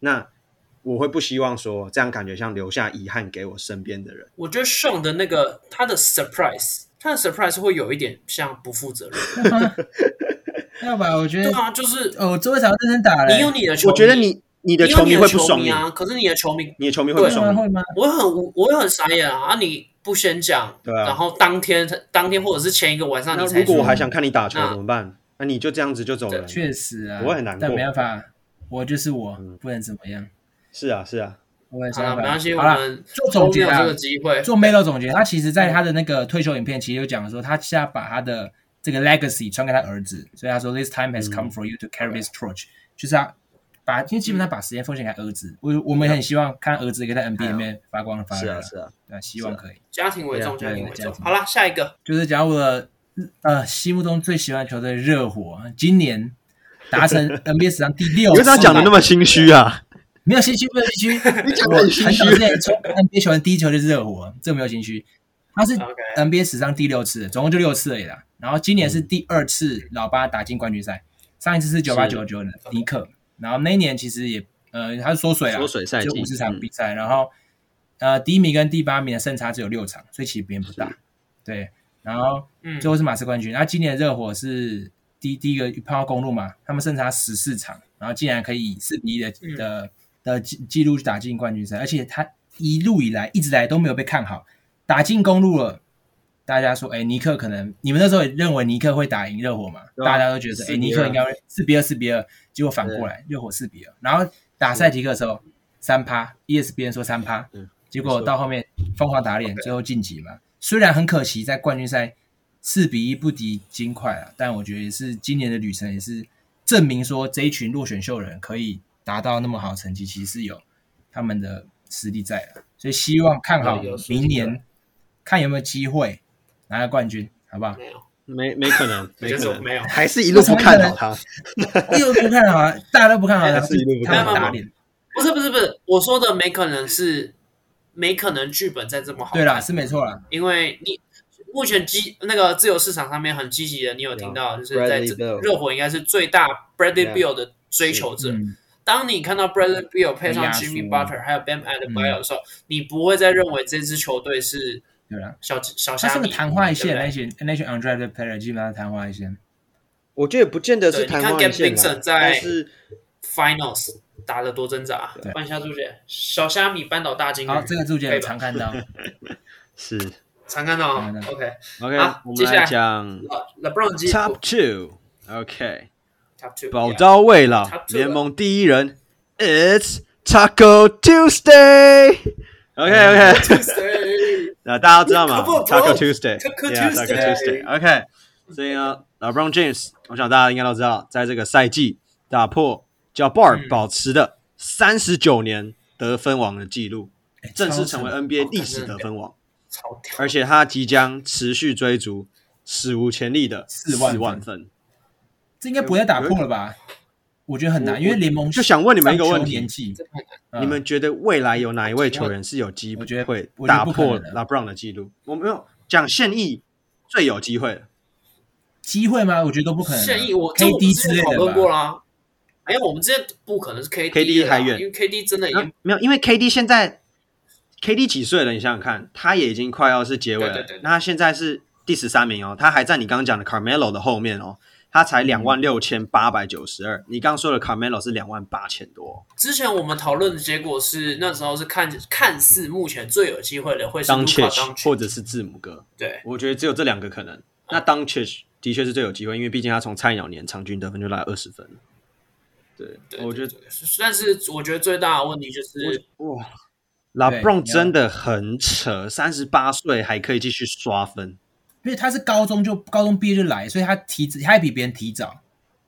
Speaker 3: 那我会不希望说这样感觉像留下遗憾给我身边的人。
Speaker 1: 我觉得 Sean 的那个他的 surprise，他的 surprise 会有一点像不负责任。
Speaker 2: 要吧？我觉
Speaker 1: 对
Speaker 2: 得
Speaker 1: 啊，就是
Speaker 2: 哦，这位场认真打了，
Speaker 1: 你有你的球迷，
Speaker 3: 我觉得你你的
Speaker 1: 你有
Speaker 3: 球
Speaker 1: 你
Speaker 3: 迷
Speaker 1: 的
Speaker 3: 会不
Speaker 1: 球
Speaker 3: 爽
Speaker 1: 迷
Speaker 3: 你，
Speaker 1: 啊，可是你的球迷，
Speaker 3: 你的球迷会不
Speaker 1: 对
Speaker 2: 会
Speaker 3: 爽
Speaker 2: 吗？会
Speaker 3: 你。
Speaker 2: 吗？
Speaker 1: 我会很无，我会很傻眼啊！啊你不先讲，
Speaker 3: 对啊
Speaker 1: 然后当天当天或者是前一个晚上
Speaker 3: 那
Speaker 1: 你才
Speaker 3: 如果我
Speaker 1: 说
Speaker 3: 还想看你打球
Speaker 1: 那
Speaker 3: 怎么办？那你就这样子就走了。
Speaker 2: 确实啊，
Speaker 3: 我会很难过嗯
Speaker 2: 但没办法，我就是我，不能怎么样。
Speaker 3: 是啊，是啊，
Speaker 2: 我也
Speaker 1: 好了，没关系，我
Speaker 2: 好啦
Speaker 1: 们
Speaker 2: 做总结
Speaker 1: 都没有
Speaker 2: 啊
Speaker 1: 这个，机会，
Speaker 2: 做 Melo 总结，他其实在他的那个退休影片，其实就讲说，他是要把他的这个 legacy 传给他儿子，所以他说 This time has come for you to carry this torch，、就是他把，因为基本上把时间奉献给他儿子。我我们也很希望看儿子可以在 NBA 里面发光发
Speaker 3: 哎是
Speaker 2: 热
Speaker 3: 啊，，是啊。
Speaker 2: 对，希望可以。
Speaker 1: 家庭为重，
Speaker 2: 对啊
Speaker 1: 家庭为
Speaker 2: 对啊
Speaker 1: 重
Speaker 2: 家。庭
Speaker 1: 好了，下一个，
Speaker 2: 就是讲我的呃心目中最喜欢的球队热火，今年达 成 NBA 史上第六
Speaker 3: 你
Speaker 2: 次，
Speaker 3: 为啥讲的那么心虚啊？
Speaker 2: 没有心虚，没有心虚。
Speaker 3: 你讲
Speaker 2: 我
Speaker 3: 的
Speaker 2: 很
Speaker 3: 很心
Speaker 2: 早
Speaker 3: 虚
Speaker 2: 之。前从 NBA 球员第一球就是热火，这个没有情绪。他是
Speaker 1: OK
Speaker 2: NBA 史上第六次，总共就六次而已啦。然后今年
Speaker 3: 嗯
Speaker 2: 是第二次老八打进冠军赛，上一次是九八九九的尼克，然后那一年其实也呃他是缩水啊，
Speaker 3: 缩水赛季嗯
Speaker 2: 就五十场比赛，然后呃第一名跟第八名的胜差只有六场，所以其实别人不大。对，然后
Speaker 1: 嗯，
Speaker 2: 最后是马刺冠军。那今年热火是第第一个碰到公路嘛，他们胜差十四场，然后竟然可以以四比一的
Speaker 1: 嗯
Speaker 2: 的的记记录打进冠军赛，而且他一路以来一直来都没有被看好，打进公路了。大家说，哎、尼克可能你们那时候也认为尼克会打赢热火嘛？
Speaker 3: 对啊
Speaker 2: 大家都觉得，哎、
Speaker 3: 4-2
Speaker 2: 尼克应该会四比二，四比二。结果反过来，热火四比二。然后打赛提克的时候，三趴，ESPN ，E 说三趴，
Speaker 3: 嗯
Speaker 2: 结果到后面疯狂打脸，最后晋级嘛。虽然很可惜，在冠军赛四比一不敌金块啊，但我觉得也是今年的旅程也是证明说这一群落选秀人可以达到那么好的成绩，其实是有他们的实力在了，所以希望看好
Speaker 1: 有有实力
Speaker 2: 明
Speaker 1: 的
Speaker 2: 年看有没有机会拿个冠军，好 不好？
Speaker 1: 没有，
Speaker 3: 嗯没没可能，
Speaker 1: 我
Speaker 3: 没
Speaker 1: 觉
Speaker 3: 可
Speaker 1: 得
Speaker 3: 能，
Speaker 1: 没有。
Speaker 3: 还是一路不看好他。
Speaker 2: 又不看好啊，大家都不看好
Speaker 3: 还
Speaker 2: 他，
Speaker 3: 是一路不
Speaker 2: 他们
Speaker 1: 看好
Speaker 2: 打脸。
Speaker 1: 不是不是不是，我说的没可能是没可能剧本再这么好。
Speaker 2: 对啦，啊是没错啦。
Speaker 1: 因为你目前积那个自由市场上面很积极的，你有听到就是在
Speaker 3: Bradley
Speaker 1: 这
Speaker 3: Beal
Speaker 1: 热火应该是最大 Bradley
Speaker 3: Yeah
Speaker 1: Beal 的追求者。
Speaker 2: 嗯，
Speaker 1: 当你看到 Bradley Beal 配上
Speaker 2: 压缩嗯
Speaker 1: Jimmy Butler 还有 Bam Adebayo 的时候，你不会再认为这支球队是
Speaker 2: 对啦，
Speaker 1: 小小
Speaker 2: 他
Speaker 1: 虾
Speaker 2: 是个
Speaker 1: 米。
Speaker 2: 昙花一
Speaker 1: 对
Speaker 2: 现，那些那些 undrafted player 基本上是昙花一现。
Speaker 3: 我觉得也不见得是
Speaker 1: 对
Speaker 3: 昙
Speaker 1: 你看
Speaker 3: 花一现
Speaker 1: Gabe
Speaker 3: 啦
Speaker 1: Vincent 在
Speaker 3: 啊但是
Speaker 1: Finals 打得多挣扎
Speaker 2: 对，
Speaker 1: 换一下注解，小虾米扳倒大金鱼。
Speaker 2: 好，这个注解
Speaker 1: 可以
Speaker 2: 我
Speaker 1: 吧
Speaker 2: 常看到。
Speaker 3: 是
Speaker 1: 常看到
Speaker 2: 常看
Speaker 1: 哦
Speaker 2: 到
Speaker 1: OK，
Speaker 3: OK，
Speaker 1: 好
Speaker 3: 我
Speaker 1: 接下
Speaker 3: 们
Speaker 1: 来
Speaker 3: 来讲
Speaker 1: Le- LeBron 进
Speaker 3: Top Two。OK，
Speaker 1: Top Two，
Speaker 3: 宝刀未老
Speaker 1: Top，two
Speaker 3: 联盟第一人，It's Taco Tuesday。OK OK，
Speaker 1: Tuesday
Speaker 3: 那大家都知道嘛
Speaker 1: Come on,
Speaker 3: ，Taco
Speaker 1: bro. Taco
Speaker 3: Tuesday，Taco
Speaker 1: Tuesday
Speaker 3: Tuesday，OK。所以呢，LeBron James，我想大家应该都知道，在这个赛季打破 Jabbar
Speaker 1: 嗯
Speaker 3: 保持的三十九年得分王的记录，
Speaker 2: 哎
Speaker 3: 正式成为
Speaker 2: 超神
Speaker 3: NBA 历史得分王，
Speaker 1: 超屌，
Speaker 3: 而且他即将持续追逐史无前例的
Speaker 2: 四
Speaker 3: 四
Speaker 2: 万分
Speaker 3: 万分。
Speaker 2: 这应该不会再打破了吧？我觉得很
Speaker 3: 我
Speaker 2: 难，因为联盟
Speaker 3: 就想问你们一个问
Speaker 2: 上球
Speaker 3: 题
Speaker 2: 年纪，
Speaker 1: 真的很难
Speaker 2: 嗯
Speaker 3: 你们觉得未来有哪一位球员是有机
Speaker 2: 我觉得
Speaker 3: 会
Speaker 2: 我觉得
Speaker 3: 打
Speaker 2: 不可能
Speaker 3: 破 LeBron 的记录？我没有讲现役最有机会了，
Speaker 2: 机会吗？我觉得都不可能啊。
Speaker 1: 现役我这我们
Speaker 2: KD
Speaker 1: 之
Speaker 2: 之
Speaker 1: 前
Speaker 2: 类
Speaker 1: 讨论过
Speaker 2: 的吧？
Speaker 1: 啦。哎，我们之前不可能是 KD
Speaker 3: KD
Speaker 1: 啦
Speaker 3: 还远
Speaker 1: 因为 KD 真的已
Speaker 3: 啊
Speaker 1: 经
Speaker 3: 没有，因为 KD 现在 KD 几岁了？你想想看，他也已经快要是结尾了。
Speaker 1: 对对对对
Speaker 3: 那他现在是第十三名哦，他还在你刚刚讲的 Carmelo 的后面哦，他才两万六千八百九十二。你刚刚说的 Carmelo 是两万八千多，
Speaker 1: 之前我们讨论的结果是那时候是看看似目前最有机会的会是
Speaker 3: 当 c h i
Speaker 1: Luka
Speaker 3: c
Speaker 1: Doncic
Speaker 3: 或者是字母哥，
Speaker 1: 对
Speaker 3: 我觉得只有这两个可能。那当 c h i c 的确是最有机会，因为毕竟他从菜鸟年场均得分就来二十分了。对，
Speaker 1: 对，
Speaker 3: 我觉得
Speaker 1: 对，对对但是我觉得最大的问题就是
Speaker 3: 哇
Speaker 2: 对
Speaker 3: ，LeBron
Speaker 2: 你要
Speaker 3: 真的很扯，三十八岁还可以继续刷分。
Speaker 2: 因为他是高中就高中毕业就来，所以他提他也比别人提早，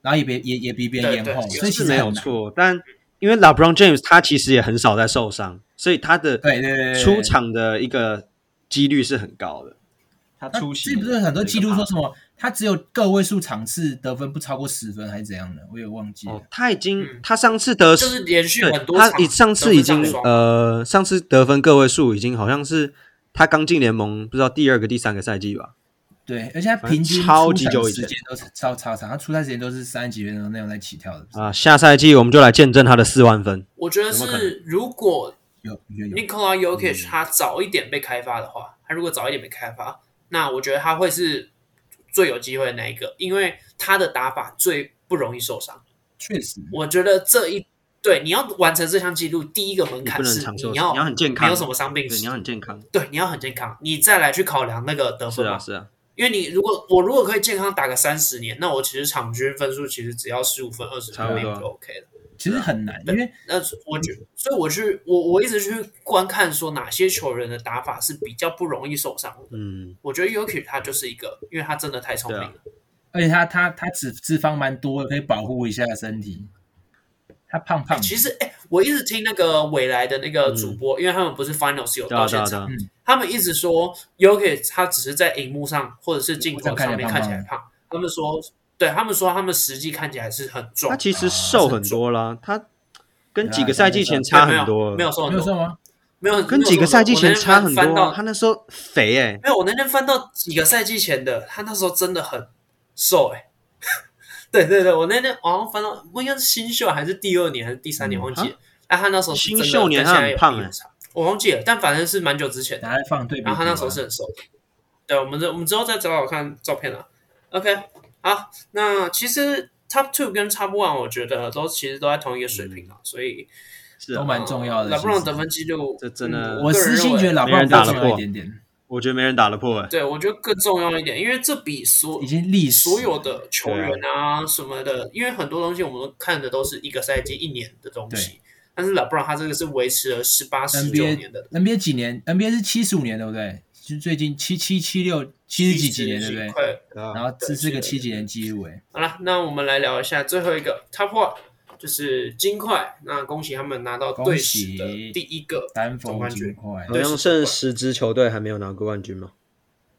Speaker 2: 然后也别也也比别人
Speaker 1: 对
Speaker 2: 延
Speaker 1: 对
Speaker 2: 后，
Speaker 1: 也
Speaker 2: 所以其
Speaker 3: 是
Speaker 2: 实
Speaker 3: 没有
Speaker 2: 很难。
Speaker 3: 错，但因为 LeBron James 他其实也很少在受伤，所以他的
Speaker 2: 对对对对对
Speaker 3: 出场的一个几率是很高的。他
Speaker 2: 那
Speaker 3: 出席
Speaker 2: 这不是很多记录说什么他只有个位数场次得分不超过十分还是怎样的？我也忘记了。
Speaker 3: 哦，他已经、
Speaker 1: 嗯
Speaker 3: 他上次得
Speaker 1: 就是连续
Speaker 3: 对
Speaker 1: 很多
Speaker 3: 他
Speaker 1: 场
Speaker 3: 已上次已
Speaker 1: 得
Speaker 3: 经
Speaker 1: 分上双
Speaker 3: 呃上次得分个位数已经好像是他刚进联盟不知道第二个第三个赛季吧，
Speaker 2: 对，而且他
Speaker 3: 正
Speaker 2: 平均
Speaker 3: 超
Speaker 2: 出
Speaker 3: 级
Speaker 2: 场
Speaker 3: 久以
Speaker 2: 时
Speaker 3: 前
Speaker 2: 间都是超超长，他出赛时间都是三十几分钟那种在起跳的。
Speaker 3: 啊！下赛季我们就来见证他的四万分。
Speaker 1: 我觉得
Speaker 3: 有没有可嗯
Speaker 1: 是如果
Speaker 2: 有有有，
Speaker 1: Nikola Jokic 他早一点被开发的话，他如果早一点被开发，那我觉得他会是最有机会的那一个，因为他的打法最不容易受伤。
Speaker 2: 确实，
Speaker 1: 我觉得这一对你要完成这项纪录，第一个门
Speaker 3: 你
Speaker 1: 槛
Speaker 3: 不能
Speaker 1: 是
Speaker 3: 长寿，
Speaker 1: 要
Speaker 3: 你要很健康，
Speaker 1: 没有什么伤病
Speaker 3: 对，
Speaker 1: 史
Speaker 3: 你要很健康。
Speaker 1: 对你要很健康，你再来去考量那个得
Speaker 3: 是
Speaker 1: 分
Speaker 3: 啊，
Speaker 1: 嘛。
Speaker 3: 是啊，
Speaker 1: 因为你如果我如果可以健康打个三十年，那我其实场均分数其实只要十五分二十
Speaker 3: 差
Speaker 1: 分
Speaker 3: 不多
Speaker 1: 那就 OK 了。
Speaker 2: 其实很难，因为
Speaker 1: 那我觉所以我去我我一直去观看说哪些球员的打法是比较不容易受伤的。
Speaker 3: 嗯，
Speaker 1: 我觉得 Yuki 他就是一个，因为他真的太聪明了。
Speaker 2: 而且他他他脂脂肪蛮多的，可以保护一下身体。他胖
Speaker 3: 啊
Speaker 2: 胖的，
Speaker 1: 其实哎、我一直听那个未来的那个主播，因为他们不是 Finals 有
Speaker 3: 嗯对啊，
Speaker 1: 到
Speaker 3: 对
Speaker 1: 现
Speaker 3: 啊，对
Speaker 1: 场，
Speaker 3: 啊，
Speaker 1: 他们一直说 Yuki 他只是在荧幕上或者是镜头上面
Speaker 2: 我看起来
Speaker 1: 看起来胖，他们说。对他们说，他们实际看起来是很壮
Speaker 3: 他，其实瘦很多啦，他跟几个赛季前
Speaker 1: 啊对啊
Speaker 3: 差
Speaker 1: 没有
Speaker 3: 很多，
Speaker 1: 没有瘦
Speaker 2: 没
Speaker 1: 很
Speaker 2: 有瘦
Speaker 1: 多，
Speaker 2: 吗？
Speaker 1: 没有
Speaker 3: 跟几个赛季前差很
Speaker 1: 我那天翻
Speaker 3: 多啊。
Speaker 1: 到
Speaker 3: 他那时候肥哎，
Speaker 1: 没有，我那天翻到几个赛季前的，他那时候真的很瘦哎、 对对对，我那天好像翻到，我应该是新秀还是第二年还是第三年，
Speaker 3: 嗯
Speaker 1: 忘记了。但他那时候是真的
Speaker 3: 新秀年他很胖欸嗯
Speaker 1: 跟现在有差我忘记了，但反正是蛮久之前的。
Speaker 2: 拿来放对比图
Speaker 1: 然
Speaker 2: 啊。
Speaker 1: 后他那时候是很瘦的。对，我们这我们之后再找找看照片啊。OK，好，那其实 Top Two 跟 Top One 我觉得都其实都在同一个水平啊，所以
Speaker 3: 是
Speaker 2: 都
Speaker 3: 啊，
Speaker 2: 蛮重要的。
Speaker 1: 拉布朗
Speaker 2: 其实
Speaker 1: 得分记录，
Speaker 3: 这真的
Speaker 1: 嗯
Speaker 2: 我
Speaker 1: 个人
Speaker 2: 私
Speaker 1: 认
Speaker 2: 心
Speaker 1: 为
Speaker 2: 觉得老布
Speaker 3: 没
Speaker 2: 朗
Speaker 3: 人打得
Speaker 2: 重要一
Speaker 3: 破
Speaker 2: 点点，
Speaker 3: 我觉得没人打得破哎。
Speaker 1: 对，我觉得更重要一点，因为这比所
Speaker 2: 已经历史
Speaker 1: 所有的球员啊什么的，因为很多东西我们都看的都是一个赛季一年的东西，但是 LeBron 他这个是维持了十八十九
Speaker 2: NBA
Speaker 1: 年的，
Speaker 2: NBA 几年？NBA 是七十五年，对不对？就最近七七七六七十几几年，对不对？
Speaker 1: 快
Speaker 3: 啊
Speaker 2: 然后这
Speaker 1: 对
Speaker 2: 是
Speaker 1: 是
Speaker 2: 个七几年记录，哎，
Speaker 1: 好了，那我们来聊一下最后一个 Top One，就是金块。那恭喜他们拿到队史
Speaker 2: 恭
Speaker 1: 的
Speaker 2: 喜
Speaker 1: 第一个
Speaker 2: 丹
Speaker 1: 总
Speaker 2: 佛
Speaker 1: 冠军
Speaker 2: 金块，
Speaker 1: 对
Speaker 3: 剩十支球队还没有拿过冠军吗？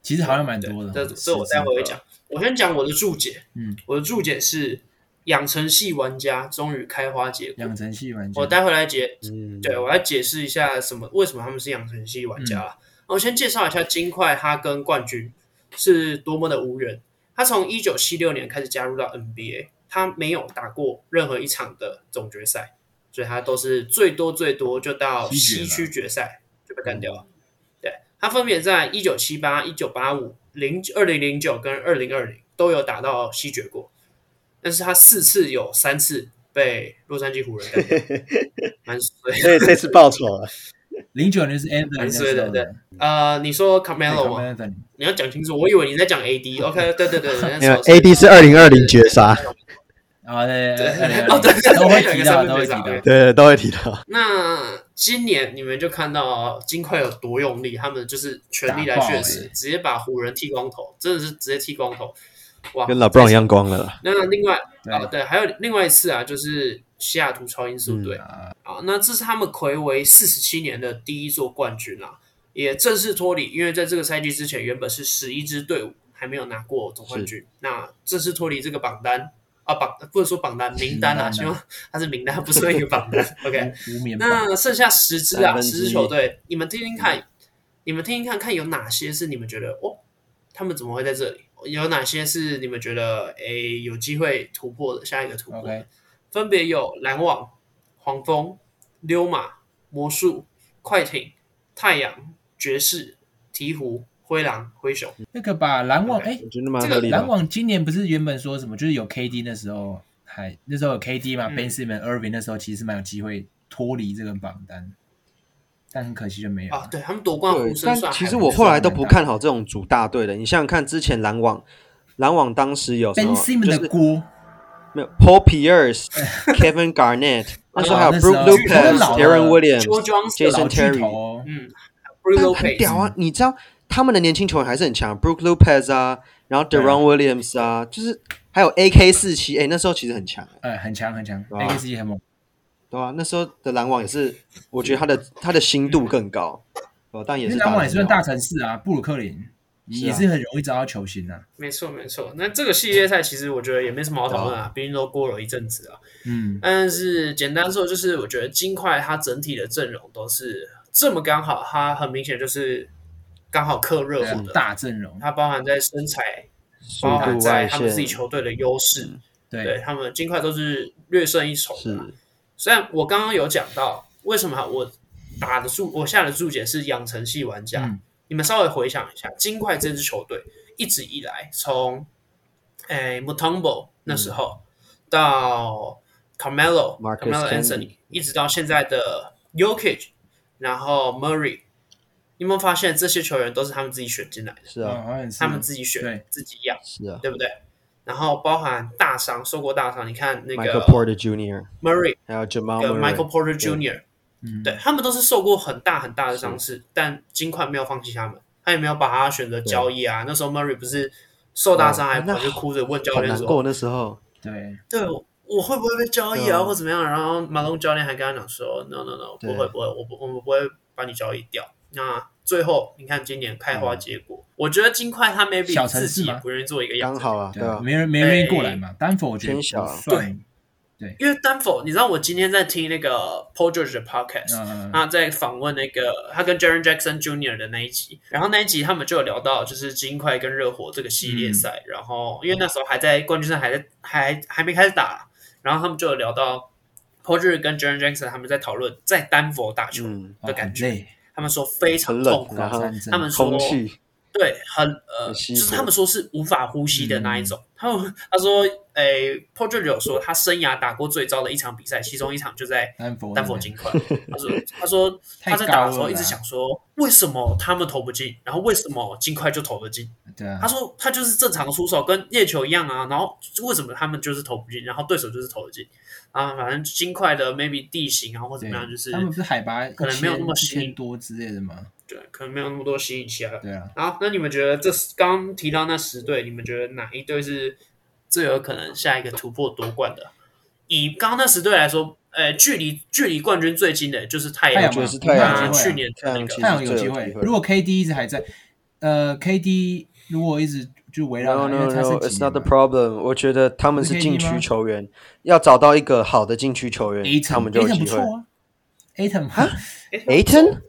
Speaker 2: 其实好像蛮
Speaker 1: 对
Speaker 2: 多的。哦
Speaker 1: 这
Speaker 2: 十
Speaker 1: 这我
Speaker 2: 支
Speaker 1: 待会会讲。我先讲我的注解，
Speaker 2: 嗯，
Speaker 1: 我的注解是养成系玩家终于开花结果。
Speaker 2: 养成系玩家
Speaker 1: 我，待会来解，
Speaker 3: 嗯，
Speaker 1: 对我来解释一下什么为什么他们是养成系玩家啦。那我先介绍一下金块，他跟冠军是多么的无缘。他从一九七六年开始加入到 NBA，他没有打过任何一场的总决赛，所以他都是最多最多就到
Speaker 2: 西
Speaker 1: 西
Speaker 2: 决吧
Speaker 1: 区决赛就被干掉了。对他分别在一九七八、一九八五、零二零零九跟二零二零都有打到西决过，但是他四次有三次被洛杉矶湖人干掉，蛮衰的。
Speaker 3: 所以这次报仇 了。
Speaker 2: 零九年是 Anthony 那
Speaker 1: 蛮
Speaker 2: 时
Speaker 1: 衰的
Speaker 2: 候
Speaker 1: 对
Speaker 2: 的
Speaker 1: 呃，你说
Speaker 2: 对
Speaker 1: Carmelo 吗？
Speaker 2: ，Carmelo Anthony，
Speaker 1: 你要讲清楚，我以为你在讲 AD。OK，对对对， 那
Speaker 3: 没
Speaker 1: 时
Speaker 3: 有
Speaker 1: 候
Speaker 3: ，AD 是二零二零绝杀，
Speaker 2: 啊，对对
Speaker 1: 对
Speaker 2: 对，
Speaker 1: 哦对对对
Speaker 2: 都会
Speaker 1: 有一
Speaker 2: 提
Speaker 1: 个
Speaker 2: 到，
Speaker 1: 三分
Speaker 2: 都会
Speaker 1: 绝
Speaker 2: 提
Speaker 1: 杀对
Speaker 2: 到。
Speaker 3: 对，都会提 到。
Speaker 1: 那今年你们就看到金块有多用力，他们就是全力来
Speaker 2: 打爆
Speaker 1: 血池，
Speaker 2: 欸
Speaker 1: 直接把湖人剃光头，真的是直接剃光头，哇！
Speaker 3: 跟老布朗一样光了啦。
Speaker 1: 那另外
Speaker 2: 对
Speaker 1: 啊，对，还有另外一次啊，就是西雅图超音速队、
Speaker 2: 啊，
Speaker 1: 啊，那这是他们魁为四十七年的第一座冠军啦、也正式脱离，因为在这个赛季之前原本是十一支队伍还没有拿过总冠军，那正式脱离这个榜单啊榜不能说榜单名单啊，
Speaker 2: 名单啊
Speaker 1: 希望它是名单，不是一个 榜单。OK，
Speaker 2: 无冕榜
Speaker 1: 那剩下十支啊，
Speaker 3: 三分
Speaker 1: 十
Speaker 3: 之一嗯
Speaker 1: 支球队，你们听听看，你们听听看看有哪些是你们觉得哦，他们怎么会在这里？有哪些是你们觉得诶有机会突破的？下一个突破的
Speaker 2: OK
Speaker 1: 分别有篮网、黄蜂、溜马、魔术、快艇、太阳、爵士、鹈鹕、灰狼、灰熊。
Speaker 2: 那个吧，篮网，哎，
Speaker 3: 我觉得蛮
Speaker 1: 合
Speaker 3: 合
Speaker 1: 理
Speaker 3: 理
Speaker 2: 篮
Speaker 3: 的。
Speaker 2: 网今年不是原本说什么，就是有 KD 那时候还那时候有 KD 嘛、
Speaker 1: 嗯
Speaker 2: b e n Simmons、Irving 那时候其实蛮有机会脱离这个榜单，但很可惜就没有。
Speaker 1: 啊，对他们夺冠呼声算
Speaker 3: 但其
Speaker 1: 还
Speaker 3: 实
Speaker 1: 不
Speaker 3: 我
Speaker 1: 错
Speaker 3: 后来都不看好这种组大队的。你想想看，之前篮网，篮网当时有什
Speaker 2: Ben
Speaker 3: 么？就
Speaker 2: Simmons 的
Speaker 3: 是
Speaker 2: 锅，
Speaker 3: 没有 Paul Pierce、Kevin Garnett，那时候还有
Speaker 2: 哎那时候
Speaker 3: Brook
Speaker 1: 巨
Speaker 3: Lopez、
Speaker 1: 头 Joe
Speaker 3: Darren Williams，
Speaker 1: Johnson，啊
Speaker 3: Jason
Speaker 2: 老巨
Speaker 3: Terry
Speaker 2: 头哦，
Speaker 1: 嗯，Brook
Speaker 3: 但很
Speaker 1: Lopez，
Speaker 3: 屌啊！你知道他们的年轻球员还是很强，Brook Lopez 啊，然后
Speaker 2: 对啊
Speaker 3: Deron Williams 啊，就是还有 AK 四七，哎，那时候其实很强，
Speaker 2: 呃，很强很强
Speaker 3: 啊
Speaker 2: ，A K C 很猛。
Speaker 3: 对吧、那时候的篮网也是，我觉得他的他的心度更高，哦，但也
Speaker 2: 因
Speaker 3: 是
Speaker 2: 为
Speaker 3: 打
Speaker 2: 篮网也
Speaker 3: 得
Speaker 2: 算
Speaker 3: 很
Speaker 2: 大
Speaker 3: 好
Speaker 2: 城市啊，布鲁克林
Speaker 3: 是啊
Speaker 2: 也是很容易找到球星啊。
Speaker 1: 没错没错。那这个系列赛其实我觉得也没什么好讨
Speaker 3: 哦
Speaker 1: 论啊，毕竟都过了一阵子啊。
Speaker 2: 嗯，
Speaker 1: 但是简单说，就是我觉得金块它整体的阵容都是这么刚好，它很明显就是刚好克热火的，
Speaker 2: 啊大阵容，
Speaker 1: 它包含在身材，
Speaker 3: 啊速
Speaker 1: 包含
Speaker 3: 度外
Speaker 1: 在他们自己
Speaker 3: 线，嗯
Speaker 1: 球队的优势，对
Speaker 2: 对，
Speaker 1: 他们金块都是略胜一筹的嘛。
Speaker 3: 是
Speaker 1: 虽然我刚刚有讲到，为什么我打的注我下的注解是养成系玩家，
Speaker 2: 嗯
Speaker 1: 你们稍微回想一下，金块这支球队一直以来从诶 Mutombo 那时候、到 Carmelo、
Speaker 3: Marcus
Speaker 1: Carmelo
Speaker 3: Camby
Speaker 1: Anthony，一直到现在的 Yokich，然后 Murray，你有没有发现这些球员都是他们自己选进来的？
Speaker 3: 是
Speaker 2: 嗯
Speaker 3: 啊
Speaker 2: 好像是
Speaker 1: 他们自己选
Speaker 2: 对，
Speaker 1: 自己养，
Speaker 3: 是啊
Speaker 1: 对不对？然后包含大伤，受过大伤，你看那
Speaker 3: ，Michael
Speaker 1: 个
Speaker 3: Porter Jr.
Speaker 1: Murray
Speaker 3: 还有 Jamal
Speaker 1: 跟 Michael
Speaker 3: Murray，
Speaker 1: Porter Jr.，
Speaker 2: 嗯
Speaker 1: 对他们都是受过很大很大的伤势，但金块没有放弃他们，他也没有把他选择交易啊。那时候 Murray 不是受大伤，
Speaker 3: 哦
Speaker 1: 还跑
Speaker 3: 那
Speaker 1: 去哭着问教
Speaker 3: 好
Speaker 1: 练
Speaker 3: 难
Speaker 1: 说
Speaker 3: 过那时候，
Speaker 2: 对，：“啊
Speaker 1: 对，我会不会被交易
Speaker 3: 对
Speaker 1: 啊，
Speaker 3: 啊
Speaker 1: 或怎么样？”然后马龙教练还跟他讲说：“No No No，
Speaker 3: 对
Speaker 1: 不会不会，我不我们不会把你交易掉。”那最后你看今年开花
Speaker 3: 嗯
Speaker 1: 结果，我觉得金块他 maybe
Speaker 2: 小城市
Speaker 1: 自己也
Speaker 2: 吗
Speaker 1: 不愿意做一个养
Speaker 3: 刚
Speaker 1: 成
Speaker 3: 好啊，对
Speaker 2: 对啊，
Speaker 3: 啊，
Speaker 2: 没人没人愿意过来嘛，丹佛我觉得
Speaker 3: 偏小
Speaker 2: 不
Speaker 3: 啊
Speaker 2: 算，
Speaker 1: 因为丹佛，你知道我今天在听那个 Paul George 的 podcast，、
Speaker 2: 嗯嗯嗯
Speaker 1: 他在访问那个他跟 Jaren Jackson Jr. 的那一集，然后那一集他们就有聊到就是金块跟热火这个系列赛，
Speaker 3: 嗯
Speaker 1: 然后因为那时候还在冠军赛还在还还没开始打，然后他们就有聊到 Paul George 跟 Jaren Jackson 他们在讨论在丹佛打球
Speaker 3: 嗯，
Speaker 1: 的感觉，
Speaker 2: 哦很累
Speaker 1: 他们说非常
Speaker 3: 很
Speaker 1: 痛
Speaker 3: 冷
Speaker 1: 苦，啊
Speaker 3: 然后
Speaker 2: 高山症
Speaker 1: 他们说
Speaker 3: 空气
Speaker 1: 对，很呃，
Speaker 3: 很稀
Speaker 1: 就是
Speaker 3: 薄嗯
Speaker 1: 他们说是无法呼吸的那一种。他们他说，诶、p o r t e r 有说他生涯打过最糟的一场比赛，其中一场就在
Speaker 2: 丹佛
Speaker 1: 丹佛金块。他 说，他说
Speaker 2: 太
Speaker 1: 他在打的时候
Speaker 2: 高了
Speaker 1: 一直
Speaker 2: 啦
Speaker 1: 想说，为什么他们投不进，然后为什么金块就投得进？
Speaker 2: 对啊
Speaker 1: 他，说他就是正常出手，跟叶球一样啊。然后为什么他们就是投不进，然后对手就是投得进啊？反正金块的 maybe 地形啊或怎
Speaker 2: 对
Speaker 1: 么样，就是
Speaker 2: 他们不是海拔
Speaker 1: 可能没有那么
Speaker 2: 1000
Speaker 1: 吸引
Speaker 2: 多之类的嘛，
Speaker 1: 对，可能没有那么多吸引其他
Speaker 2: 对啊，
Speaker 1: 好，那你们觉得这十刚刚提到那十队，你们觉得哪一队是最有可能下一个突破夺冠的？以刚刚那十队来说，呃，距离距离冠军最近的就是太
Speaker 2: 太
Speaker 1: 阳
Speaker 2: 阳
Speaker 1: 嘛，
Speaker 3: 嘛就是
Speaker 1: 那
Speaker 3: 太阳
Speaker 2: 有机会啊
Speaker 1: 去年的那
Speaker 3: 太
Speaker 1: 个
Speaker 3: 阳
Speaker 2: 太阳有
Speaker 3: 其实
Speaker 2: 机
Speaker 3: 最有
Speaker 2: 会
Speaker 3: 机，会
Speaker 2: 如果 KD 一直还在，呃，KD 如果一直就围绕
Speaker 3: ，no
Speaker 2: 他，因
Speaker 3: no
Speaker 2: 为他
Speaker 3: no，it's
Speaker 2: 是
Speaker 3: not the problem。我觉得他们
Speaker 2: 不是
Speaker 3: 是
Speaker 2: KD
Speaker 3: 禁
Speaker 2: 吗
Speaker 3: 区球员，要找到一个好的禁区球
Speaker 2: A
Speaker 3: 员，他
Speaker 2: n
Speaker 3: 们就有
Speaker 2: A n 不
Speaker 3: 机会
Speaker 2: 错。啊，A n 哈
Speaker 3: ，Aton